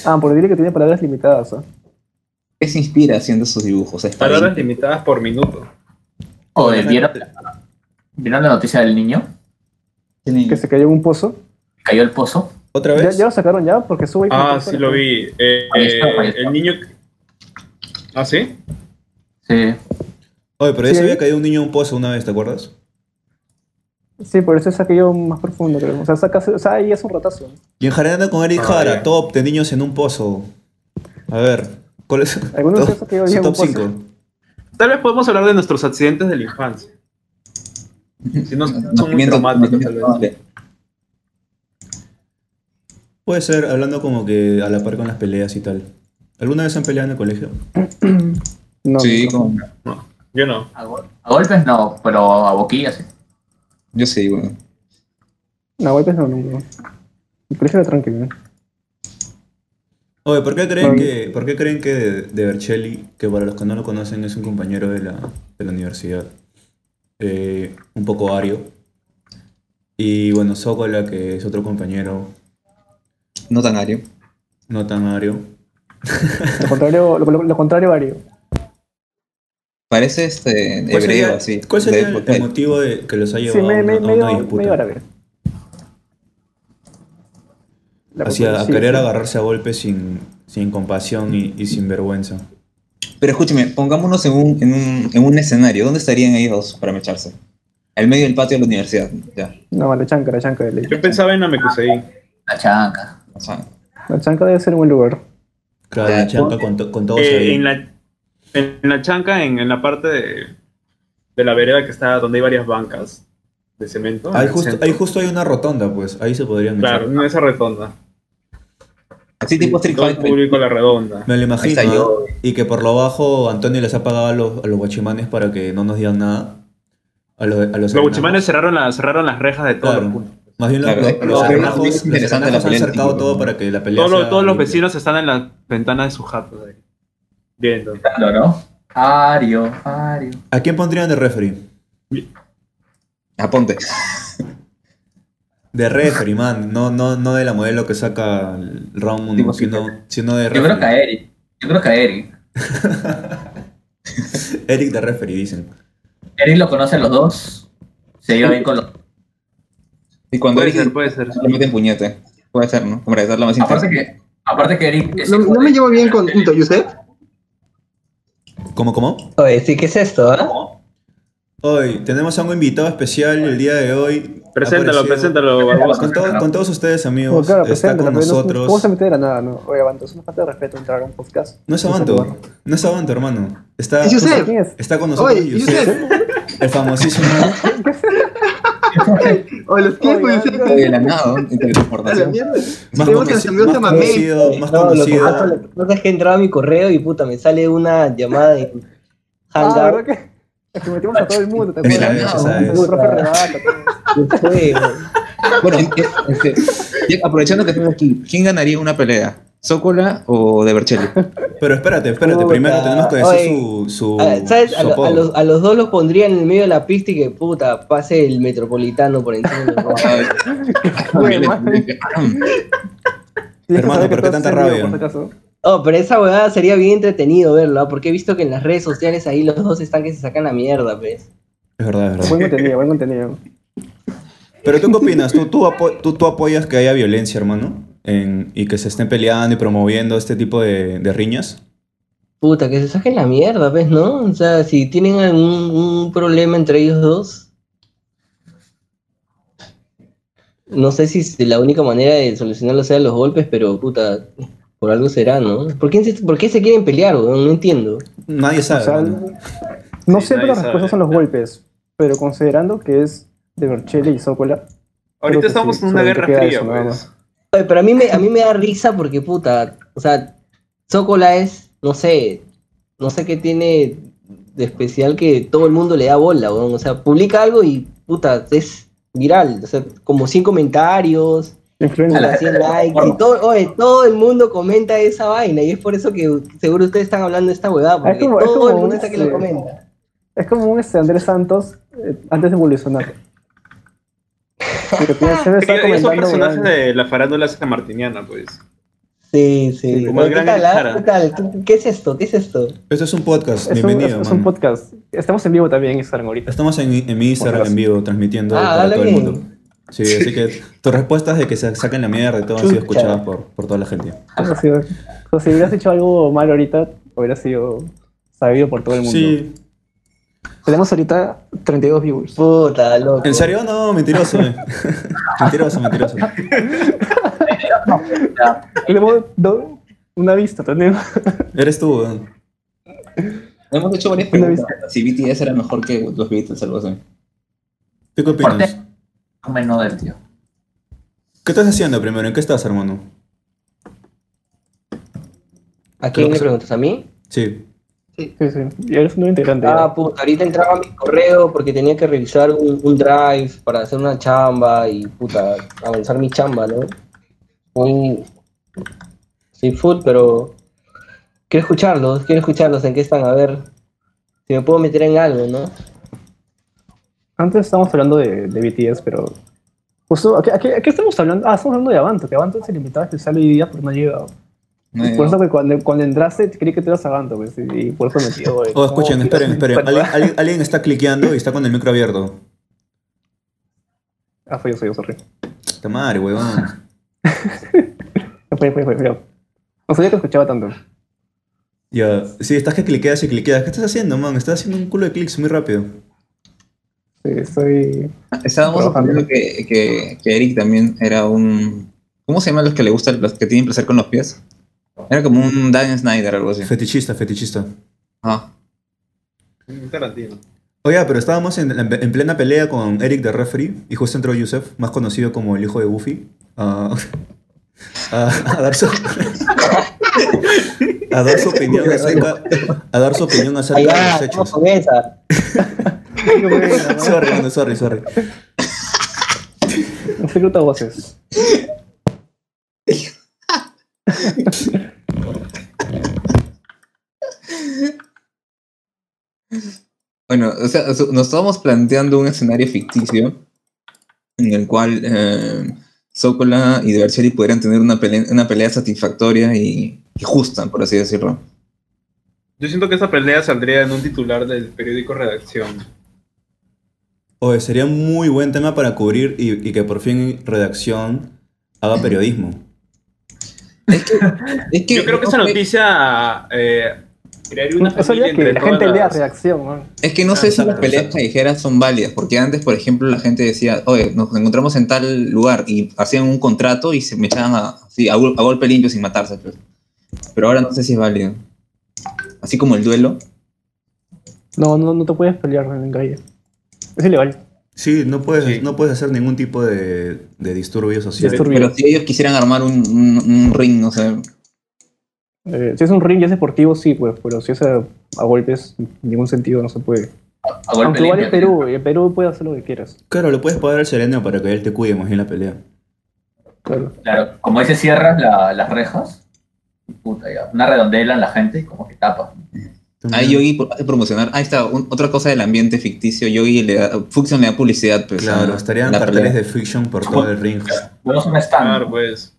D: Ah, pero dile que tiene palabras limitadas, ¿ah?
C: ¿Qué se inspira haciendo sus dibujos? Está bien.
F: Palabras limitadas por minuto.
E: Oye, ¿vieron, ¿Vieron la noticia del niño?
D: Que se cayó en un pozo.
E: Cayó el pozo.
B: ¿Otra
D: ¿Ya,
B: vez?
D: ya lo sacaron ya? Porque sube... ahí como
F: Ah,
D: persona.
F: sí lo vi. Eh,
E: Ahí está, ahí
F: eh,
E: está.
F: el niño... ¿Ah, sí?
E: Sí.
B: Oye, pero ya
D: Sí.
B: se había caído un niño en un pozo una vez, ¿te acuerdas?
D: Sí, por eso es aquello más profundo, creo. O sea, saca, o sea ahí es un ratazo.
B: Y en Jareando con Eric
F: Ah,
B: Jara,
F: ya.
B: top de niños en un pozo. A ver, ¿cuál es [LAUGHS]
D: Algunos
B: top-
D: de esos que yo
B: su
D: vi en
B: top
D: un pozo.
B: 5?
F: Tal vez podemos hablar de nuestros accidentes de la infancia. Si no, son muy
C: Nacimiento-
F: traumáticos, tal vez.
C: nacimiento-
B: Puede ser, hablando como que a la par con las peleas y tal. ¿Alguna vez han peleado en el colegio?
D: No,
C: Sí,
D: no.
C: como-
F: Yo no.
E: A, gol- a golpes no, pero a boquillas. sí.
C: yo sí, bueno.
D: No, golpes no, nunca. El colegio era tranquilo.
B: Oye, ¿por qué creen
D: Bueno.
B: que, ¿por qué creen que de, de Bercelli, que para los que no lo conocen es un compañero de la, de la universidad, eh, un poco ario, y bueno, Zócola, que es otro compañero
C: No tan ario.
B: no tan ario,
D: Lo contrario, lo, lo- lo contrario, Ario.
C: Parece este
B: ¿cuál sería,
C: hebreo, así.
B: cuál sería
C: de
B: el,
C: época.
B: el motivo de, que los ha
D: Sí,
B: llevado
D: me,
B: a, una,
D: me,
B: a una
D: medio,
B: disputa?
D: medio árabe. La
B: Hacia a
D: cuestión, sí,
B: querer
D: sí.
B: agarrarse a golpes sin, sin compasión y, y sin vergüenza.
C: Pero escúcheme, pongámonos en un, en, un, en un escenario. ¿Dónde estarían ellos para mecharse? Al medio del patio de la universidad. Ya.
D: No, la chanca, la chanca de ley.
F: Yo pensaba en Namekusei.
E: La chanca.
C: O sea,
D: La chanca debe ser un buen lugar.
B: Claro,
C: Ya,
B: la chanca con, to- con todos
F: Eh,
B: ahí.
F: en, la, en la chanca, en, en la parte de, de la vereda que está donde hay varias bancas de cemento. en
B: Ahí
F: el
B: justo,
F: centro.
B: ahí justo hay una rotonda, pues. Ahí se podrían echar.
F: Claro, en esa redonda.
C: así tipo Street
F: Todo el
C: Fighter.
F: público a la redonda.
B: Me lo
C: Ahí
B: imagino.
C: está yo.
B: ¿eh? Y que por lo bajo Antonio les ha pagado a los, a los guachimanes para que no nos digan nada. A los, a los
F: Los
B: hernanos.
F: guchimanes cerraron, la, cerraron las rejas de todos
B: Claro.
F: los puntos.
B: Más bien los,
C: Claro,
B: los-
C: eh,
B: los
C: eh,
B: hernajos-
C: es
B: los
C: interesante
B: hernajos
C: la
B: han
C: pelea,
B: cercado
C: tipo.
B: todo para que la pelea
F: Todos, los-
B: sea
F: todos los
B: limpia.
F: vecinos están en las ventanas de sus jatos. ahí, Viendo.
E: Claro, ¿no? Ario, Ario.
B: ¿A quién pondrían de referee?
C: Aponte.
B: De referee, man. No, no, no de la modelo que saca el round 1,
C: Tipo
B: sino, sino de
E: Yo creo que
B: referee.
E: a Eric. Yo creo que a Eric.
B: Eric de referee, dicen.
E: Eric lo conocen los dos. Se lleva bien con los
C: Y cuando
F: Puede
C: eres
F: ser, puede ser.
C: le meten puñete. Puede ser, ¿no? Como para hacerla más
E: Aparte
C: interesante.
E: que, aparte que Eric. es
H: No,
E: hijo
H: no me
E: de-
H: llevo bien
F: [LAUGHS]
H: con Punto, ¿y usted?
B: ¿Cómo, cómo?
I: Oye, sí, ¿qué es esto? ah?
B: Hoy tenemos a un invitado especial el día de hoy.
F: Preséntalo,
B: Apareció-
F: preséntalo, Barbosa.
B: Con, todo- con todos ustedes, amigos.
D: Bueno, claro, pues,
B: está
D: preséntala,
B: con
D: pero no-
B: nosotros.
D: ¿Cómo se mete de la nada? No, oye, Abanto, es una falta de respeto entrar a un podcast.
B: No es
D: sin
B: Abanto,
D: saludar.
B: no es Abanto, hermano. Está,
H: Es Yusef.
D: ¿Quién es?
B: está con nosotros
H: Oye,
B: Yusef,
H: Yusef.
B: el
H: [LAUGHS]
B: famosísimo.
H: O los tiempos,
D: Oye,
H: Yusef.
C: Oye, Ah, de la nada, ¿no? Entre
H: A
F: [LAUGHS]
H: la
C: transportación.
H: mierda.
B: más
H: Vemos que nos
B: conocido,
H: cambió
B: más
H: hasta mamey.
B: conocido, más
I: No, lo que
B: conocido.
I: pasa- lo que pasa es que entraba a mi correo y puta, me sale una llamada de
D: Ah,
I: Hangout.
D: ¿verdad que? Es que metimos a todo el mundo, ¿te
B: Esa
D: acuerdas?
B: es,
D: Ah,
B: esa es.
D: [LAUGHS] el profe Rebata, todo eso.
I: Qué fue, güey.
C: Bueno, en- en- este, Ya, Aprovechando que estoy aquí, ¿quién ganaría una pelea? ¿Zócola o de
F: [LAUGHS]
C: Berchelli?
B: Pero espérate, espérate.
I: Puta.
B: Primero tenemos que decir
I: Oye.
B: su, su,
I: Ah, ¿Sabes?
B: su
I: A, lo- a
B: apodo.
I: los, a los dos los pondría en el medio de la pista y que puta, pase el metropolitano por encima de
C: [LAUGHS]
I: los dos.
D: Tienes que
B: Hermano, ¿por
D: saber que
B: qué
D: estás
B: tanta
D: en vivo,
B: rabia?
D: por si acaso.
I: Oh, pero esa huevada sería bien entretenido verlo, ¿ah? porque he visto que en las redes sociales ahí los dos están que se sacan la mierda, pues.
B: Es verdad, es verdad.
D: Buen contenido, buen contenido.
B: Pero
D: [LAUGHS]
B: tú qué opinas? ¿Tú, tú, apo- tú, tú apoyas que haya violencia, hermano? En- y que se estén peleando y promoviendo este tipo de, de riñas.
I: Puta, que se saquen la mierda, pues, ¿no? O sea, si tienen algún un problema entre ellos dos. No sé si es la única manera de solucionarlo sea los golpes, pero puta, por algo será, ¿no? ¿Por qué se, por qué se quieren pelear, weón? No entiendo.
B: Nadie sabe.
D: O sea,
B: hermano.
D: no
F: Sí,
D: siempre
F: nadie
D: las
F: sabe.
D: respuestas son los golpes, pero considerando que es de Berchelle y Zócola, Creo
F: Ahorita
D: que
F: estamos
D: sí,
F: en una
D: solamente
F: guerra
D: queda
F: fría,
D: eso, nada
F: pues.
I: Oye, pero a mí, me, a mí me da risa porque, puta, o sea, Zócola es, no sé, no sé qué tiene de especial que todo el mundo le da bola, weón. O sea, publica algo y, puta, es viral. O sea, como 100 comentarios,
D: influencia.
E: A la-
I: puta, 100 likes, y todo, oye, todo el mundo comenta esa vaina. Y es por eso que seguro ustedes están hablando de esta huevada, porque
D: Es como- es
I: todo
D: como
I: el mundo
D: un,
I: está que lo
D: este,
I: comenta.
D: Es como un este Andrés Santos eh, antes de evolucionar. Pero que siempre
F: [LAUGHS]
D: está
F: Ellos son
D: comentando,
F: personajes
D: weón.
F: de la farándula martiniana, pues.
I: Sí, sí.
F: como el
I: ¿Qué
F: gran
I: tal, ah?
F: Jara.
I: ¿Qué tal? ¿Qué- ¿Qué es esto? ¿Qué es esto?
B: Esto es un podcast.
D: Es un,
B: Bienvenido,
D: es- es
B: mano.
D: un podcast. Estamos en vivo también, Instagram, ahorita.
B: Estamos en, en mi Instagram
D: Podcast.
B: en vivo transmitiendo
I: Ah,
B: para
I: dale
B: todo el
I: bien.
B: mundo. Sí, así que
I: [LAUGHS]
B: tus respuestas de que se saquen la mierda y todo han sido
I: Chucha.
B: escuchadas por, por toda la gente.
D: Ha sido- o sea, si hubieras hecho algo mal ahorita, hubiera sido sabido por todo el mundo.
B: Sí.
D: Tenemos ahorita 32 viewers.
I: Puta, loco.
B: ¿En serio? No,
I: [LAUGHS]
B: mentiroso. eh. mentiroso, mentiroso.
D: [LAUGHS] Tenemos do- una vista, tenemos.
B: Eres tú, weón.
C: Hemos hecho varias preguntas. Si BTS era mejor que los Beatles, algo así.
B: ¿Tú qué opinas?
E: menos del tío.
B: ¿Qué estás haciendo primero? ¿En qué estás, hermano?
I: ¿A quién
B: Creo
I: le
B: que-
I: preguntas? ¿A mí?
B: Sí.
D: Sí, sí. Y eres un nuevo integrante. ya.
I: Ah, puta, ahorita entraba a mi correo porque tenía que revisar un, un drive para hacer una chamba y puta, avanzar mi chamba, ¿no? Muy. Soy full, pero. Quiero escucharlos, quiero escucharlos en qué están, a ver. Si me puedo meter en algo, ¿no?
D: Antes estábamos hablando de, de BTS, pero. Justo, ¿a qué, a qué- a qué estamos hablando? Ah, estamos hablando de Avanto, que Avanto es el invitado especial hoy día, pero no ha llegado.
F: Ah,
D: Por eso que cuando, cuando entraste creí que te ibas a Avanto, pues, y, y por eso me quedo. eh.
B: Oh, escuchen, esperen, esperen. Alguien, alguien- alguien está cliqueando y está con el micro abierto.
D: Ah, fue yo, soy yo, sorry.
B: Está madre, weón.
D: Fue, fue, fue, fue yo. No sabía que escuchaba tanto.
B: Ya. Sí, estás que cliqueas y cliqueas. ¿Qué estás haciendo, man? Estás haciendo un culo de clics muy rápido.
D: Sí, estoy.
C: Estábamos
D: Trabajando.
C: hablando que, que, que Eric también era un. ¿Cómo se llaman los que le gustan, los que tienen placer con los pies? Era como un Dan Snyder, algo así.
B: Fetichista, fetichista.
C: Ajá.
F: Un Tarantino.
B: Oiga, pero estábamos en, en plena pelea con Eric de Referee y justo entró Yusef, más conocido como el hijo de Buffy, a, a- a dar, su, a dar su opinión acerca, a dar su opinión
I: Ahí
B: acerca de
I: va,
B: los
I: estamos
B: hechos.
I: con esa.
B: Sorry, mano, sorry, sorry.
D: Un secreto a voces.
C: Bueno, o sea, su- nos estábamos planteando un escenario ficticio en el cual eh, Sokola y Bercheri pudieran tener una pelea, una pelea satisfactoria y, y justa, por así decirlo.
F: Yo siento que esa pelea saldría en un titular del periódico Redacción.
B: Oye, sería un muy buen tema para cubrir y, y que por fin redacción haga periodismo.
C: Es que,
F: Yo creo que esa
C: no sé-
F: noticia eh, crearía una
D: No sabía
F: familia
D: que
F: entre
D: la gente
F: todas
D: lea
F: las-
D: reacción, man.
C: Es que
B: Ah,
C: no sé si las
B: Exacto,
C: peleas
B: exacto.
C: callejeras son válidas, porque antes, por ejemplo, la gente decía, oye, nos encontramos en tal lugar y hacían un contrato y se me echaban a, así, a, gol- a golpe limpio sin matarse. pues. Pero ahora no sé si es válido. Así como el duelo.
D: No, no, no te puedes pelear en la calle. Es ilegal.
B: Sí, no puedes,
F: Sí.
B: No puedes hacer ningún tipo de, de disturbio social.
D: Disturbio.
C: Pero si ellos quisieran armar un, un- un ring, no sé,
D: Eh, si es un ring y es deportivo, sí, pues, pero si es a, a golpes, en ningún sentido no se puede.
E: A golpe
D: Aunque igual
E: limpio.
D: es Perú, y en Perú puede hacer lo que quieras.
B: Claro, le puedes pagar al sereno para que él te cuide más en la pelea.
D: Claro.
E: Claro, como dice, cierras la- las rejas. y Puta, ya. Una redondela en la gente y como que tapa.
C: Ahí Yogi pro- hace promocionar. Ahí está, un- otra cosa del ambiente ficticio. Yogi le da, Fuxion le da publicidad. Pues,
B: Claro,
C: a-
B: estarían
C: la
B: carteles
C: pelea.
B: de fiction por todo el ring.
E: Tenemos un stand.
F: Claro, pues.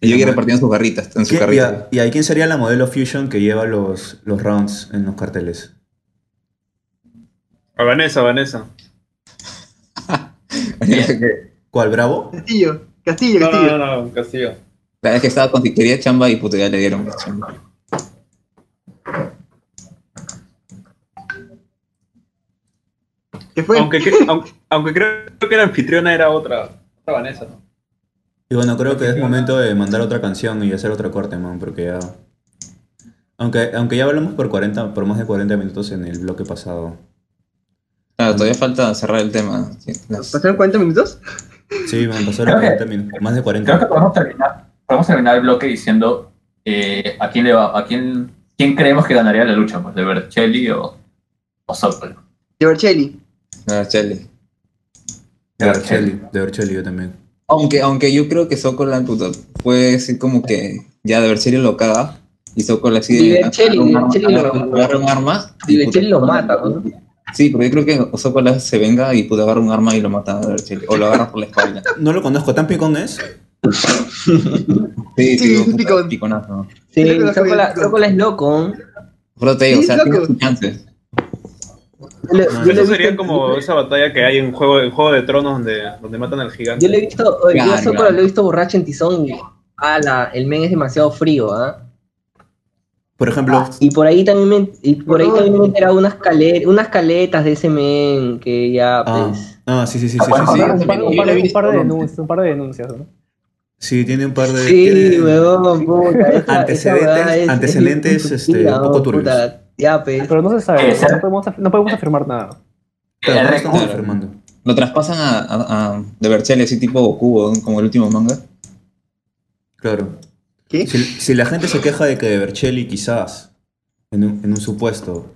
C: Y Yogi repartiendo sus garritas, en
B: ¿Qué-
C: su
B: y, a-
C: carrita.
B: y ahí quién sería la modelo fusion que lleva los, los rounds en los carteles?
F: A Vanessa, Vanessa.
C: [LAUGHS]
B: ¿Cuál, Bravo?
H: Castillo, Castillo,
F: No,
H: Castillo.
F: no, no, no, Castillo.
C: La vez que estaba con quería chamba y puto, ya le dieron pues, chamba.
H: ¿Qué fue?
F: Aunque, que- aunque, aunque creo que la anfitriona era otra, otra Vanessa, ¿no?
B: Y bueno, creo que es momento de mandar otra canción y hacer otro corte, man, porque ya... Aunque, aunque ya hablamos por 40, por más de 40 minutos en el bloque pasado.
C: Claro, todavía falta cerrar el tema. Sí,
I: pues,
C: las-
I: eh.
H: ¿Pasaron 40 minutos?
B: Sí, man, pasaron
E: Creo que-
B: 40 minutos, más de
E: Creo
B: 40.
E: que podemos terminar, podemos terminar el bloque diciendo eh, a quién le va, a quién, quién creemos que ganaría la lucha, pues, de Berchelli o, o pues. Sokol.
H: Giorcelli.
C: las Charlie.
B: De Orchelli, de Orchelli yo también.
C: Aunque, aunque yo creo que Sokolan puta, puede decir como que ya de serio lo caga y Sokolan así
I: Y Berchelli,
C: agarra un arma-
I: Berchelli lo-
C: agarra- agarra un arma
I: Y
C: puta,
I: Berchelli lo mata, ¿no?
C: Sí, pero yo creo que Sokolan se venga y puta agarra un arma y lo mata a Berchelli o lo agarra por la
I: [LAUGHS]
C: espalda.
B: No lo conozco, ¿tan picón es?
C: Sí,
H: Sí,
C: sí,
H: es
C: puta,
H: picón.
C: piconazo.
H: Creo
I: Sí,
H: que lo
I: Zócola
H: acabé.
I: Zócola es loco. ¿eh? ¿no?
C: Pero te digo,
H: Sí,
C: o sea,
H: loco.
C: tiene sus chances.
I: Yo le-
B: No,
I: yo le he
F: Eso
I: visto-
F: sería como esa batalla que hay en Juego, en juego de Tronos donde, donde matan al
I: Yo
F: gigante.
I: le he visto, oye, yo a
C: Claro,
I: Zócola
C: claro.
I: lo he visto borracho en Tizón. y, Ala, el men es demasiado frío, ¿ah?
B: Por ejemplo,
E: Ah,
I: Y por ahí también me, y por ahí también me he enterado unas, cale- unas caletas de ese men que ya,
B: Ah,
I: pues.
B: ah, sí, sí, sí, sí,
E: Ah,
B: sí, sí.
E: bueno,
D: Un par,
C: también,
D: un
C: yo
D: par-
C: le he
D: un par de
C: visto.
D: denuncias, un par de denuncias, ¿no?
B: Sí, tiene un par de...
I: Sí,
B: tiene-
I: weón, puta. esa- esa
B: Antecedentes-
I: huevada es-
B: antecedentes,
I: es-
B: este,
I: puta,
B: un poco
I: puta,
B: turbios.
I: Ya, pues.
D: Pero no se sabe,
E: Esa-
D: no podemos, af- no podemos afirmar nada.
B: Claro, no
E: El
B: lo estamos
C: récord.
B: confirmando.
C: Lo traspasan a, a, a de Berchelli así tipo Goku, ¿no? como el último manga.
B: Claro.
H: ¿Qué?
B: Si, si la gente se queja de que Bercelli quizás, en un, en un supuesto,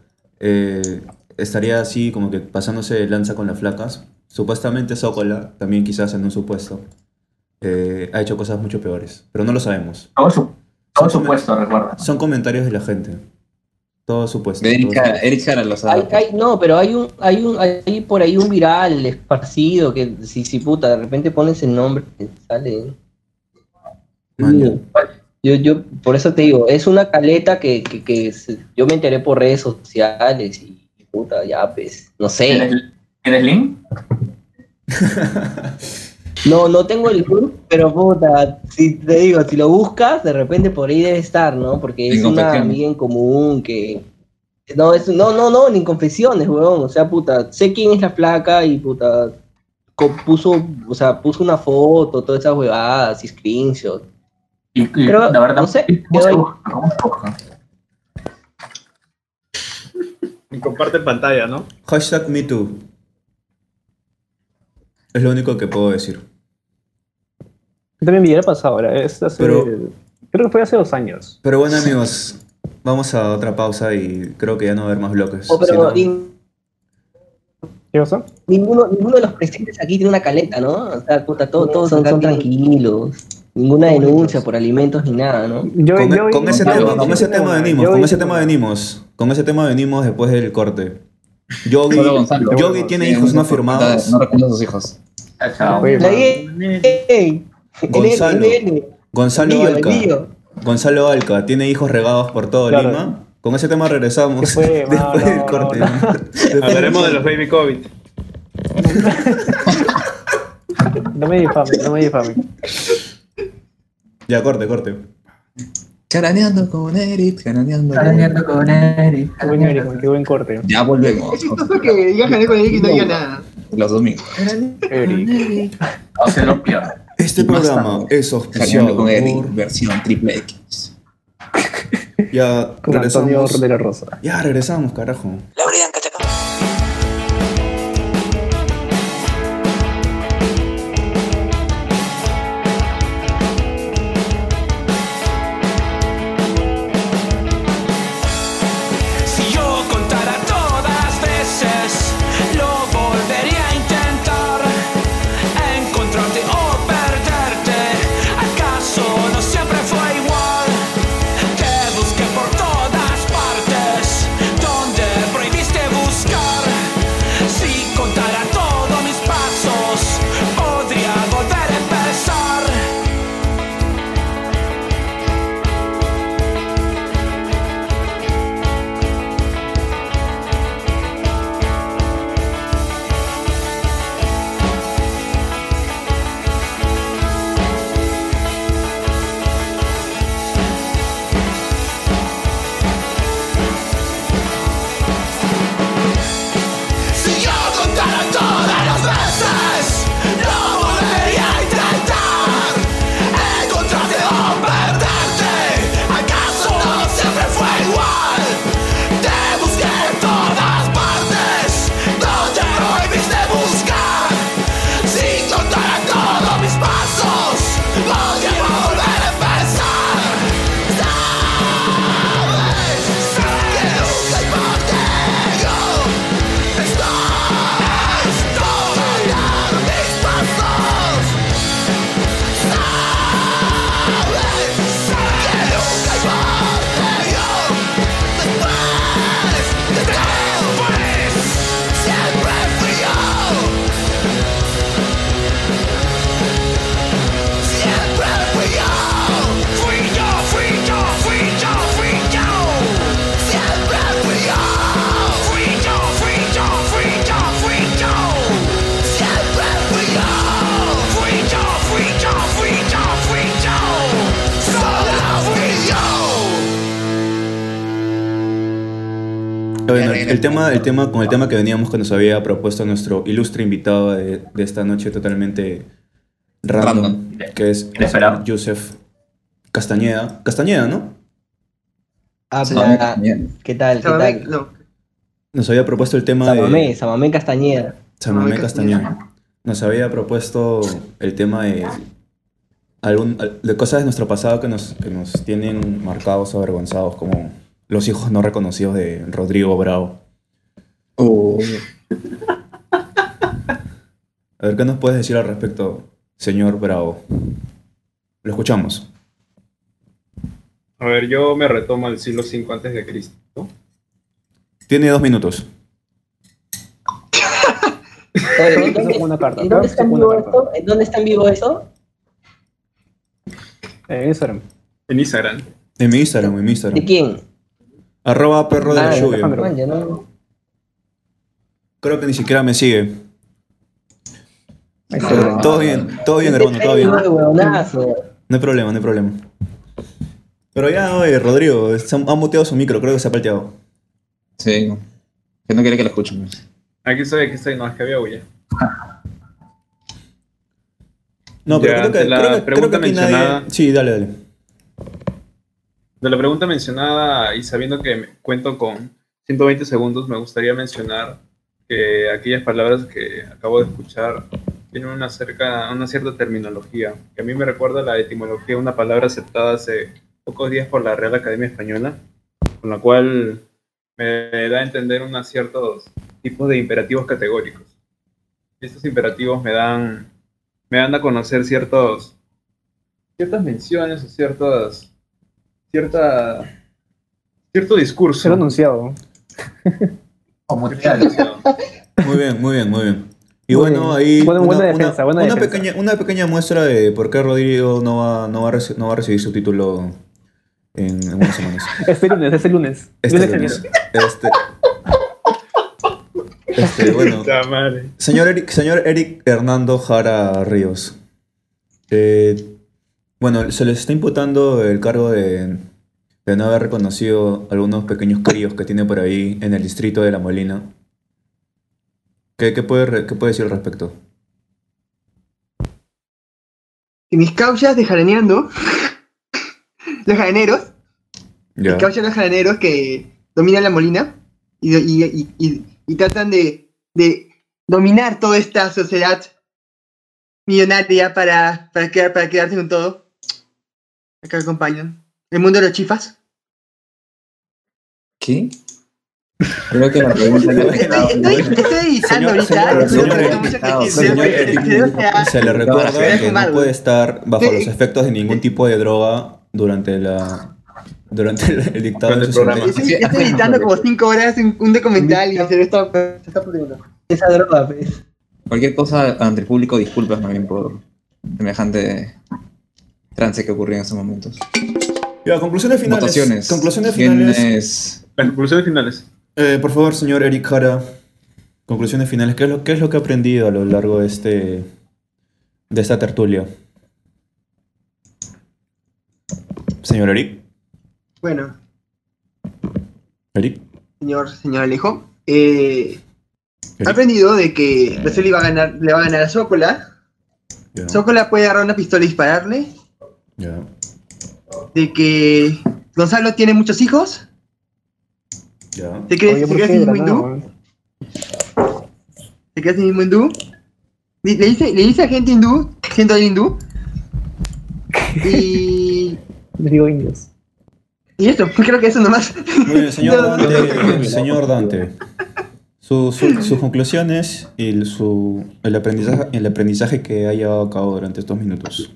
B: eh, estaría así como que pasándose de lanza con las flacas, supuestamente Zócola, también quizás en un supuesto, eh, ha hecho cosas mucho peores, pero no lo sabemos.
E: Todo, su, todo supuesto, recuerda.
B: Son comentarios de la gente. Todo supuesto.
C: De Eric
B: todo
C: Jara,
B: supuesto.
C: Eric Jara lo sabe.
I: Hay, hay- no, pero hay un, hay un, hay por ahí un viral esparcido que si, si puta, de repente pones el nombre que sale. pues.
B: Man, ya.
I: Yo, yo, por eso te digo, es una caleta que, que, que se- yo me enteré por redes sociales y puta, ya pues, no sé.
E: ¿Tienes, tienes link?
I: No, no tengo el club, pero puta, si te digo, si lo buscas, de repente por ahí debe estar, ¿no? Porque
C: Sin
I: es una
C: confesiones.
I: amiga en común que. No, es, no, no, no, ni confesiones, weón. O sea, puta, sé quién es la flaca y puta. co- Puso, o sea, puso una foto, todas esas huevadas y screenshots.
E: Y, y
I: Creo-
E: la verdad,
I: no sé,
E: ¿cómo se
I: creo-
E: busca? ¿Cómo se busca?
F: Y comparte pantalla, ¿no?
B: Hashtag MeToo. Es lo único que puedo decir.
D: Yo también vi el pasado, ahora, es hace-
B: Pero-
D: creo que fue hace dos años.
B: Pero bueno, amigos, vamos a otra pausa y creo que ya no va a haber más bloques. Si
I: O, Oh, pero
B: no-
I: nin-
D: ¿Qué pasó?
I: ninguno, ninguno de los presentes aquí tiene una caleta, ¿no? O sea, puta, todos, todos son, son tranquilos. Ninguna denuncia por alimentos ni nada, ¿no?
D: Yo,
B: Con, e-
D: yo-
B: con ese,
D: yo-
B: tema,
D: yo-
B: con ese
D: yo-
B: tema
D: yo-
B: venimos,
D: yo-
B: con ese tema venimos. Con ese tema venimos después del corte. Yogi,
C: Solo Gonzalo.
B: Yogi tiene hijos no firmados.
C: No recuerdo a sus hijos.
E: Chao, chao.
D: Oye, man,
I: Ahí, ey, el
B: Gonzalo.
I: el el
B: Gonzalo
I: Lío, el
B: Alca.
I: lío.
B: Gonzalo Alca tiene hijos regados por todo
D: Claro.
B: Lima. Con ese tema regresamos
D: ¿Qué
B: [LAUGHS]
D: fue,
B: después
D: mano?
B: del corte. Después-
F: Hablaremos Ah, de los baby COVID.
D: No me difame, no me difame.
B: Ya, corte, corte.
C: Charaneando con Eric, charaneando con Eric.
E: Hablando con Eric,
D: Qué buen,
E: hablando
D: Eric, qué buen corte.
C: Ya volvemos.
H: Es chistoso que diga Jané con Eric y no diga nada.
C: Los domingos.
D: Eric.
E: con- No se lo pierdan.
B: Este
C: Y más
B: programa
C: tarde,
B: es
C: Charaneando
B: auspiciado
C: con Eric,
B: por...
C: versión triple X.
B: Ya
D: Con Antonio
B: regresamos.
D: de la Rosa.
B: Ya regresamos, carajo.
J: Si yo contara todas veces, lo volvería a intentar. Encontrarte o perderte
B: el tema, el tema, con el tema que veníamos que nos había propuesto nuestro ilustre invitado de, de esta noche totalmente random,
E: Random.
B: que es
E: Inesperado.
B: Joseph Castañeda. Castañeda, ¿no?
I: Ah,
H: Sí.
I: para- ¿Qué tal? ¿Qué
H: Sabamé,
I: tal?
H: no.
B: Nos había propuesto el tema de
I: Samamé, Samamé Castañeda.
B: Samamé
H: Samamé Castañeda.
B: Castañeda. Nos había propuesto el tema de algún, de cosas de nuestro pasado que nos, que nos tienen marcados o avergonzados, como los hijos no reconocidos de Rodrigo Bravo.
C: Uh,
B: A ver, ¿qué nos puedes decir al respecto, señor Bravo? Lo escuchamos.
F: A ver, yo me retomo al siglo 5 antes de Cristo.
B: Tiene dos minutos.
I: Oye, ¿en
D: Eso
I: dónde-
D: fue una carta.
I: ¿en
D: creo
I: dónde
D: que eso
I: está en
D: fue
I: vivo
D: una carta.
I: esto? ¿En dónde está en vivo esto?
D: En Instagram.
F: En Instagram.
B: En mi Instagram, en mi
I: ¿De
B: Instagram.
I: quién?
B: Arroba perro de
D: Ah,
B: la
D: de
B: lluvia.
D: Alejandro.
I: Man, ya no.
B: Creo que ni siquiera me sigue.
I: Ahí
C: ah,
I: está.
B: Pero todo bien, todo bien, hermano, todo bien.
I: Ay, huevonazo.
B: No hay problema, no hay problema. Pero ya, oye, Rodrigo, se han han muteado su micro, creo que se ha palteado.
C: Sí, que no quería que la escuchen.
F: Aquí estoy, aquí estoy. No, es que había huya.
B: No, pero
F: Ya,
B: creo que,
F: ante la
B: creo que- creo que
F: pregunta
B: aquí nadie-
F: mencionada-
B: Sí, dale, dale.
F: De la pregunta mencionada y sabiendo que me- cuento con 120 segundos, me gustaría mencionar que aquellas palabras que acabo de escuchar tienen una, cerca, una cierta terminología, que a mí me recuerda la etimología de una palabra aceptada hace pocos días por la Real Academia Española, con la cual me da a entender unos ciertos tipos de imperativos categóricos. Estos imperativos me dan, me dan a conocer ciertos, ciertas menciones o ciertas cierta cierto discurso.
D: Era anunciado.
E: Como
F: Cierta
E: tal.
F: noción.
B: Muy bien, muy bien, muy bien. Y
D: Muy
B: bueno,
D: bien.
B: ahí
D: Buena-
B: una,
D: buena
B: una-
D: defensa, buena
B: una
D: defensa.
B: pequeña, una pequeña muestra de por qué Rodrigo no va, no va, a, reci- no va a recibir su título en, en unas semanas.
D: Este lunes, este lunes.
B: Este
D: Lunes,
B: lunes.
D: lunes.
B: Este,
F: [LAUGHS]
B: este, bueno.
F: Puta madre.
B: Señor Eric, señor Eric Hernando Jara Ríos. Eh, bueno, se les está imputando el cargo de, de no haber reconocido algunos pequeños críos que tiene por ahí en el distrito de La Molina. ¿Qué, qué puede, re- qué puede decir al respecto?
H: Que mis cauchas de jaraneando, [LAUGHS] los jaraneros,
B: Ya.
H: que vayan los jaraneros que dominan la molina y, y- y- y- y tratan de, de dominar toda esta sociedad millonaria para, para, quedar- para quedarse con todo. Acá acompañan. El mundo de los chifas.
C: ¿Qué? Creo que la pregunta no
H: Estoy, estoy, estoy editando
B: Señor-
H: ahorita.
B: señor-
H: estoy
B: señor-
H: haciendo mucha
C: señor-
H: gestión, que el este video sea-
B: Se le recuerda que no puede estar bajo
H: Sí.
B: los efectos de ningún tipo de droga durante la durante el, el dictado
F: Durante
B: del
F: el programa.
H: Estoy, estoy editando como 5 horas un, un documental y se está, se está pudriendo.
I: Esa droga, pues.
C: Cualquier cosa ante el público, disculpas también por semejante trance que ocurrió en esos momentos.
B: Ya, conclusiones finales.
C: Votaciones. eh.
B: Conclusiones
C: ¿Quién
B: finales.
C: es?
F: Las conclusiones finales.
B: Eh, por favor, señor Eric Jara, conclusiones finales. ¿Qué es, lo, ¿Qué es lo que ha aprendido a lo largo de este de esta tertulia? Señor Eric,
H: Bueno,
B: Eric,
H: señor, señor Alejo. Eh,
B: Eric.
H: ha aprendido de que
C: Eh.
H: Brasil iba a ganar, le va a ganar a Sokola.
B: Ya,
H: Sokola puede agarrar una pistola y dispararle.
B: ya.
H: De que Gonzalo tiene muchos hijos.
B: ya.
H: Se cree,
D: Oye,
H: se
D: ¿por
H: cree a
D: qué
H: sí
D: de
H: mismo
D: la nada,
H: hindú.
D: weón?
H: Se cree a sí mismo hindú. Di- Le dice, le dice a gente hindú, siendo él
D: [LAUGHS]
H: hindú. Y,
D: Les digo indios.
H: y eso, creo que eso nomás.
B: Muy bien, señor
H: No, no, no.
B: Dante, señor Dante. Su- su- sus conclusiones y el, su, el, aprendizaje, el aprendizaje que ha llevado a cabo durante estos minutos.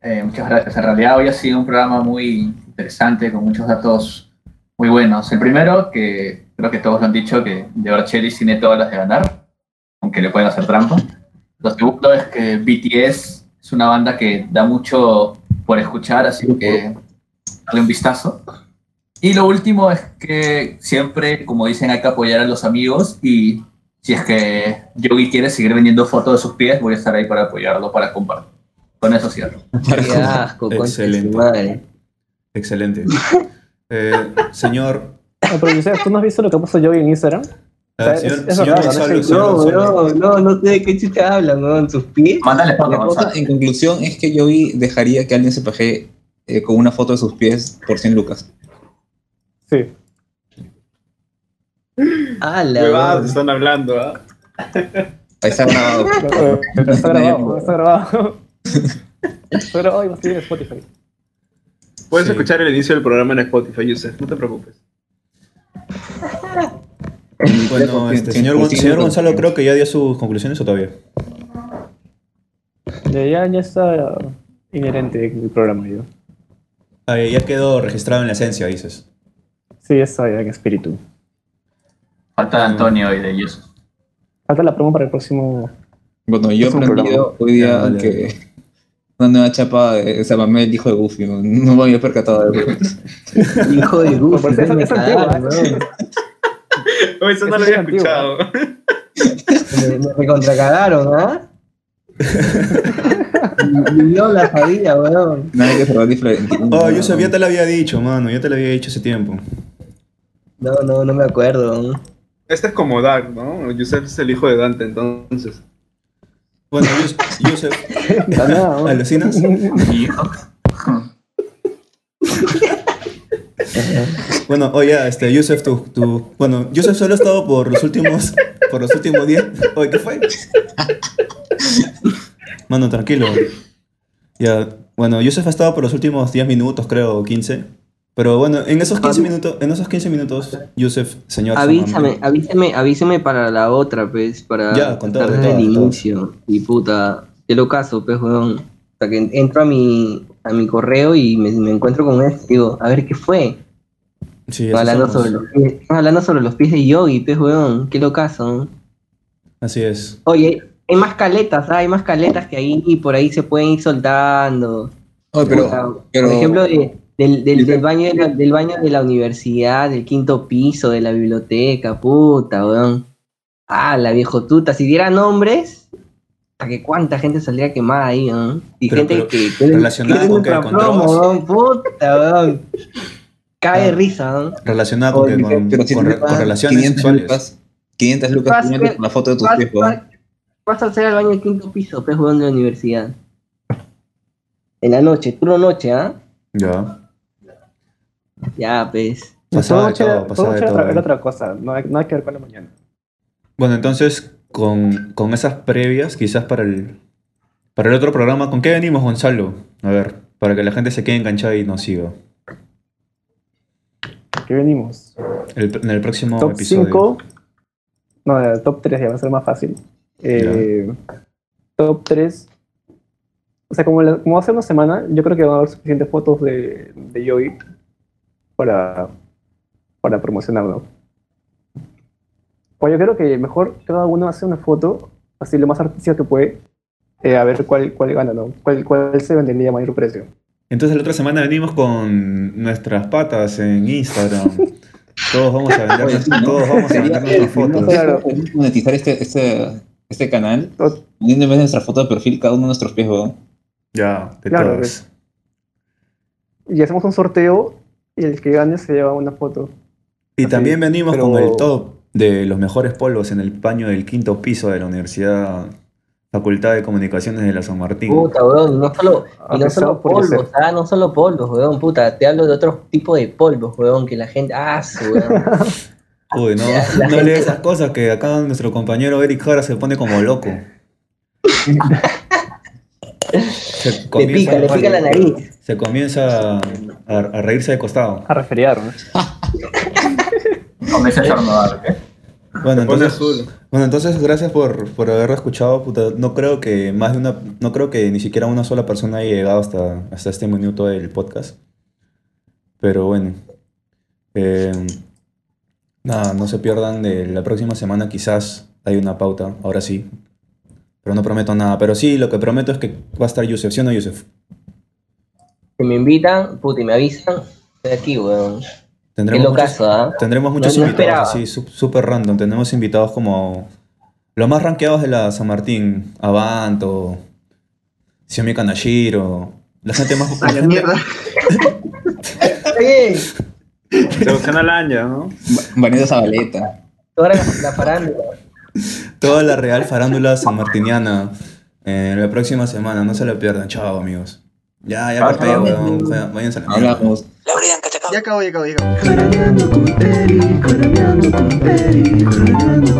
E: Eh, muchas gracias. En realidad hoy ha sido un programa muy interesante, con muchos datos muy buenos. El primero, que creo que todos lo han dicho, que de Barcelli tiene todas las de ganar, aunque le pueden hacer trampa. Lo segundo es que BTS es una banda que da mucho por escuchar, así que darle un vistazo. Y lo último es que siempre, como dicen, hay que apoyar a los amigos y si es que Yogi quiere seguir vendiendo fotos de sus pies, voy a estar ahí para apoyarlo, para compartir. Con eso cierro.
I: Qué asco, concha de su
B: Excelente.
I: madre.
B: Excelente. Eh, señor
D: No, Ah, pero Yusef, ¿tú no has visto lo que puso Yogi en Instagram?
B: A
D: O sea,
B: ver, Ah,
D: es-
B: señor-
D: es
B: señor
D: verdad,
B: Gonzalo,
D: es el-
B: señor
I: No,
B: Gonzalo.
I: no, no, no sé de qué chucha hablan, ¿no? En sus pies.
E: Mándale foto,
I: La cosa-
E: Gonzalo.
C: En conclusión, es que yo vi, dejaría que alguien se paje eh, con una foto de sus pies por 100 lucas.
D: Sí.
I: Ah, la
F: Huevadas
I: verdad.
F: están hablando, ¿ah?
C: Ahí está grabado.
B: [LAUGHS]
D: Pero Está grabado, está grabado. [LAUGHS] Está grabado y va a seguir en Spotify.
F: Puedes
B: Sí.
F: escuchar el inicio del programa en Spotify, Yusef, no te preocupes.
B: Bueno, este, señor, Gon- señor Gonzalo creo que ya dio sus conclusiones o todavía.
D: Ya, ya, ya está inherente en el programa, yo.
B: Ah, ya quedó registrado en la esencia, dices.
D: Sí, ya está ya en espíritu.
E: Falta de Antonio y de Jesús.
D: Falta la promo para el próximo.
C: Bueno, yo he
D: Es un
C: aprendido hoy
B: Ah,
C: día
B: vale.
C: que una nueva chapa de Sabamel, hijo de Goofy, no no me había percatado de
B: [LAUGHS]
C: eso.
I: Hijo de Goofy.
D: Pero esa-
I: ven a
D: esa
I: cagar,
D: antigua,
I: weón.
F: Oye,
D: Eso
F: eso no lo
D: es
F: había
D: antiguo,
F: escuchado.
I: Me, me recontracagaron, ¿ah? Y yo la sabía, weón.
C: Nadie que se va a diferente.
B: [LAUGHS] Oh, Yusef, ya te lo había dicho, mano, ya te lo había dicho hace tiempo.
I: No, no, no me acuerdo.
F: Este es como Dark, ¿no? Yusef es el hijo de Dante, entonces.
B: Bueno,
D: [LAUGHS]
B: Yus- Yusef, [LAUGHS]
D: Da ¿eh? nada, ¿no?
B: ¿alucinas?
D: [LAUGHS]
E: Hijo.
B: Bueno, oye, este, Yusef, tú, tú- Bueno, Yusef solo ha estado por los últimos... Por los últimos días... Oye, ¿qué fue? Mano, tranquilo. Ya, bueno, Yusef ha estado por los últimos 10 minutos, creo, o 15. Pero bueno, en esos 15 minutos, en esos 15 minutos, Yusef, señor...
I: Avísame,
B: Samamé,
I: avísame, avísame para la otra, pues, para
B: Ya, con todo,
I: tratar
B: con todo,
I: del
B: con todo.
I: inicio. Y puta, te lo caso, pues, weón. O sea, que entro a mi, a mi correo y me, me encuentro con esto. Digo, a ver qué fue.
B: Sí,
I: Están hablando
B: esos somos.
I: sobre, los pies, están hablando sobre los pies de Yogi, pues, weón. Qué locazo.
B: Así es.
I: Oye, hay más caletas, ¿ah? hay más caletas que ahí y por ahí se pueden ir soltando.
B: Ah,
I: Puta,
C: pero, pero,
I: por ejemplo, de- del, del-
C: Dice-
I: del baño de la, del baño de la universidad, del quinto piso, de la biblioteca, puta, weón. Ah, la viejo tuta. Si diera nombres, ¿a que cuánta gente saldría quemada ahí, weón? Y
B: Pero-
I: gente
B: pero,
I: que.
B: ¿relacionada
I: que
B: con qué?
I: nuestra
B: ¿Con drogas?
I: weón, puta, weón. Cae de
B: Ah.
I: risa, weón.
B: Relacionada con,
I: Oye,
B: con,
C: pero si
B: con
C: te
B: re- con
C: pagan
B: relaciones
C: 500
B: sexuales.
C: lucas, 500 lucas
I: Vas-
C: con la foto de tus
I: Vas,
C: pies,
I: vas,
C: weón.
I: vas a hacer el baño del quinto piso, pues, weón, de la universidad. En la noche, turno noche, ¿ah?
B: Ya.
I: Ya, pues.
B: Pasaba de
D: Todo
B: todo,
D: era-
B: pasaba de
D: todo era
B: todo.
D: otra- era otra cosa, no hay nada que ver con la mañana.
B: Bueno, entonces, con, con esas previas, quizás para el, para el otro programa, ¿con qué venimos, Gonzalo? A ver, para que la gente se quede enganchada y nos siga.
D: Aquí venimos.
B: El- en el próximo
D: top
B: episodio.
D: 5. No, eh, top 3 ya va a ser más fácil. Eh, top 3. O sea, como, la- como va a ser una semana, yo creo que van a haber suficientes fotos de, de Joey para, para promocionarlo. Pues yo creo que mejor cada uno hace una foto, así lo más artística que puede, eh, a ver cuál, cuál gana, ¿no? ¿Cuál, cuál se vendería a mayor precio?
B: Entonces, la otra semana venimos con nuestras patas en Instagram. todos vamos a vendernos,
C: Oye, sí, ¿no?
B: todos vamos a
C: Sería-
B: vendernos las fotos.
D: no, Claro.
C: Podemos monetizar este, este, este canal
D: Tot-
C: poniendo en vez de nuestra foto de perfil cada uno de nuestros pies, weón.
B: Ya, de
D: Claro,
B: todas.
D: Y hacemos un sorteo y el que gane se lleva una foto.
B: Y
D: Así,
B: también venimos
D: pero-
B: con el top de los mejores polvos en el paño del quinto piso de la Universidad Facultad de Comunicaciones de la San Martín.
I: Puta, weón, y no solo,
D: Ah,
I: y no solo
D: pesado por
I: polvos,
D: Yusef.
I: ah, no solo polvos, weón, puta, te hablo de otro tipo de polvos, weón, que la gente, ah, su,
D: [LAUGHS]
I: weón.
B: [LAUGHS] Uy, no,
I: la
B: no
I: gente-
B: lees esas cosas que acá nuestro compañero Eric Jara se pone como loco. Se
I: le pica, le pica la nariz.
B: Se comienza a, a- a reírse de costado.
D: A resfriar, ¿no?
E: Comienza a estornudar, ¿ok?
B: Bueno,
F: Pone
B: entonces,
F: azul.
B: bueno, entonces gracias por, por haberlo escuchado. puta. no creo que más de una, no creo que ni siquiera una sola persona haya llegado hasta, hasta este minuto del podcast. Pero bueno. eh, nada, no se pierdan de la próxima semana, quizás hay una pauta, ahora sí. Pero no prometo nada. Pero sí, lo que prometo es que va a estar Yusef, ¿sí o no, Yusef?
I: Si me invitan, puta, y me avisan, estoy aquí, weón. Qué
B: Tendremos muchos,
I: locazo,
D: [LAUGHS]
I: ah.
B: tendremos muchos
I: No- no
B: invitados,
I: esperaba.
B: así, su- súper random. Tenemos invitados como los más rankeados de la San Martín, Avanto, Xiaomi
I: [LAUGHS]
B: Kanashiro, la gente más...
H: A
B: la
H: la
B: gente-
H: mierda.
I: Oye,
F: Sebastián Alaña, ¿no?
C: Vanessa Zabaleta.
I: Toda la, la farándula.
B: Toda la real farándula sanmartiniana. eh, la próxima semana, no se la pierdan. Chao, amigos. Ya, ya corté, weón. Vaya- Váyanse a la mierda.
C: Hablamos.
H: Ya acabo, ya acabo, ya acabo.
A: Coronando con Peri, coronando con Peri, coronando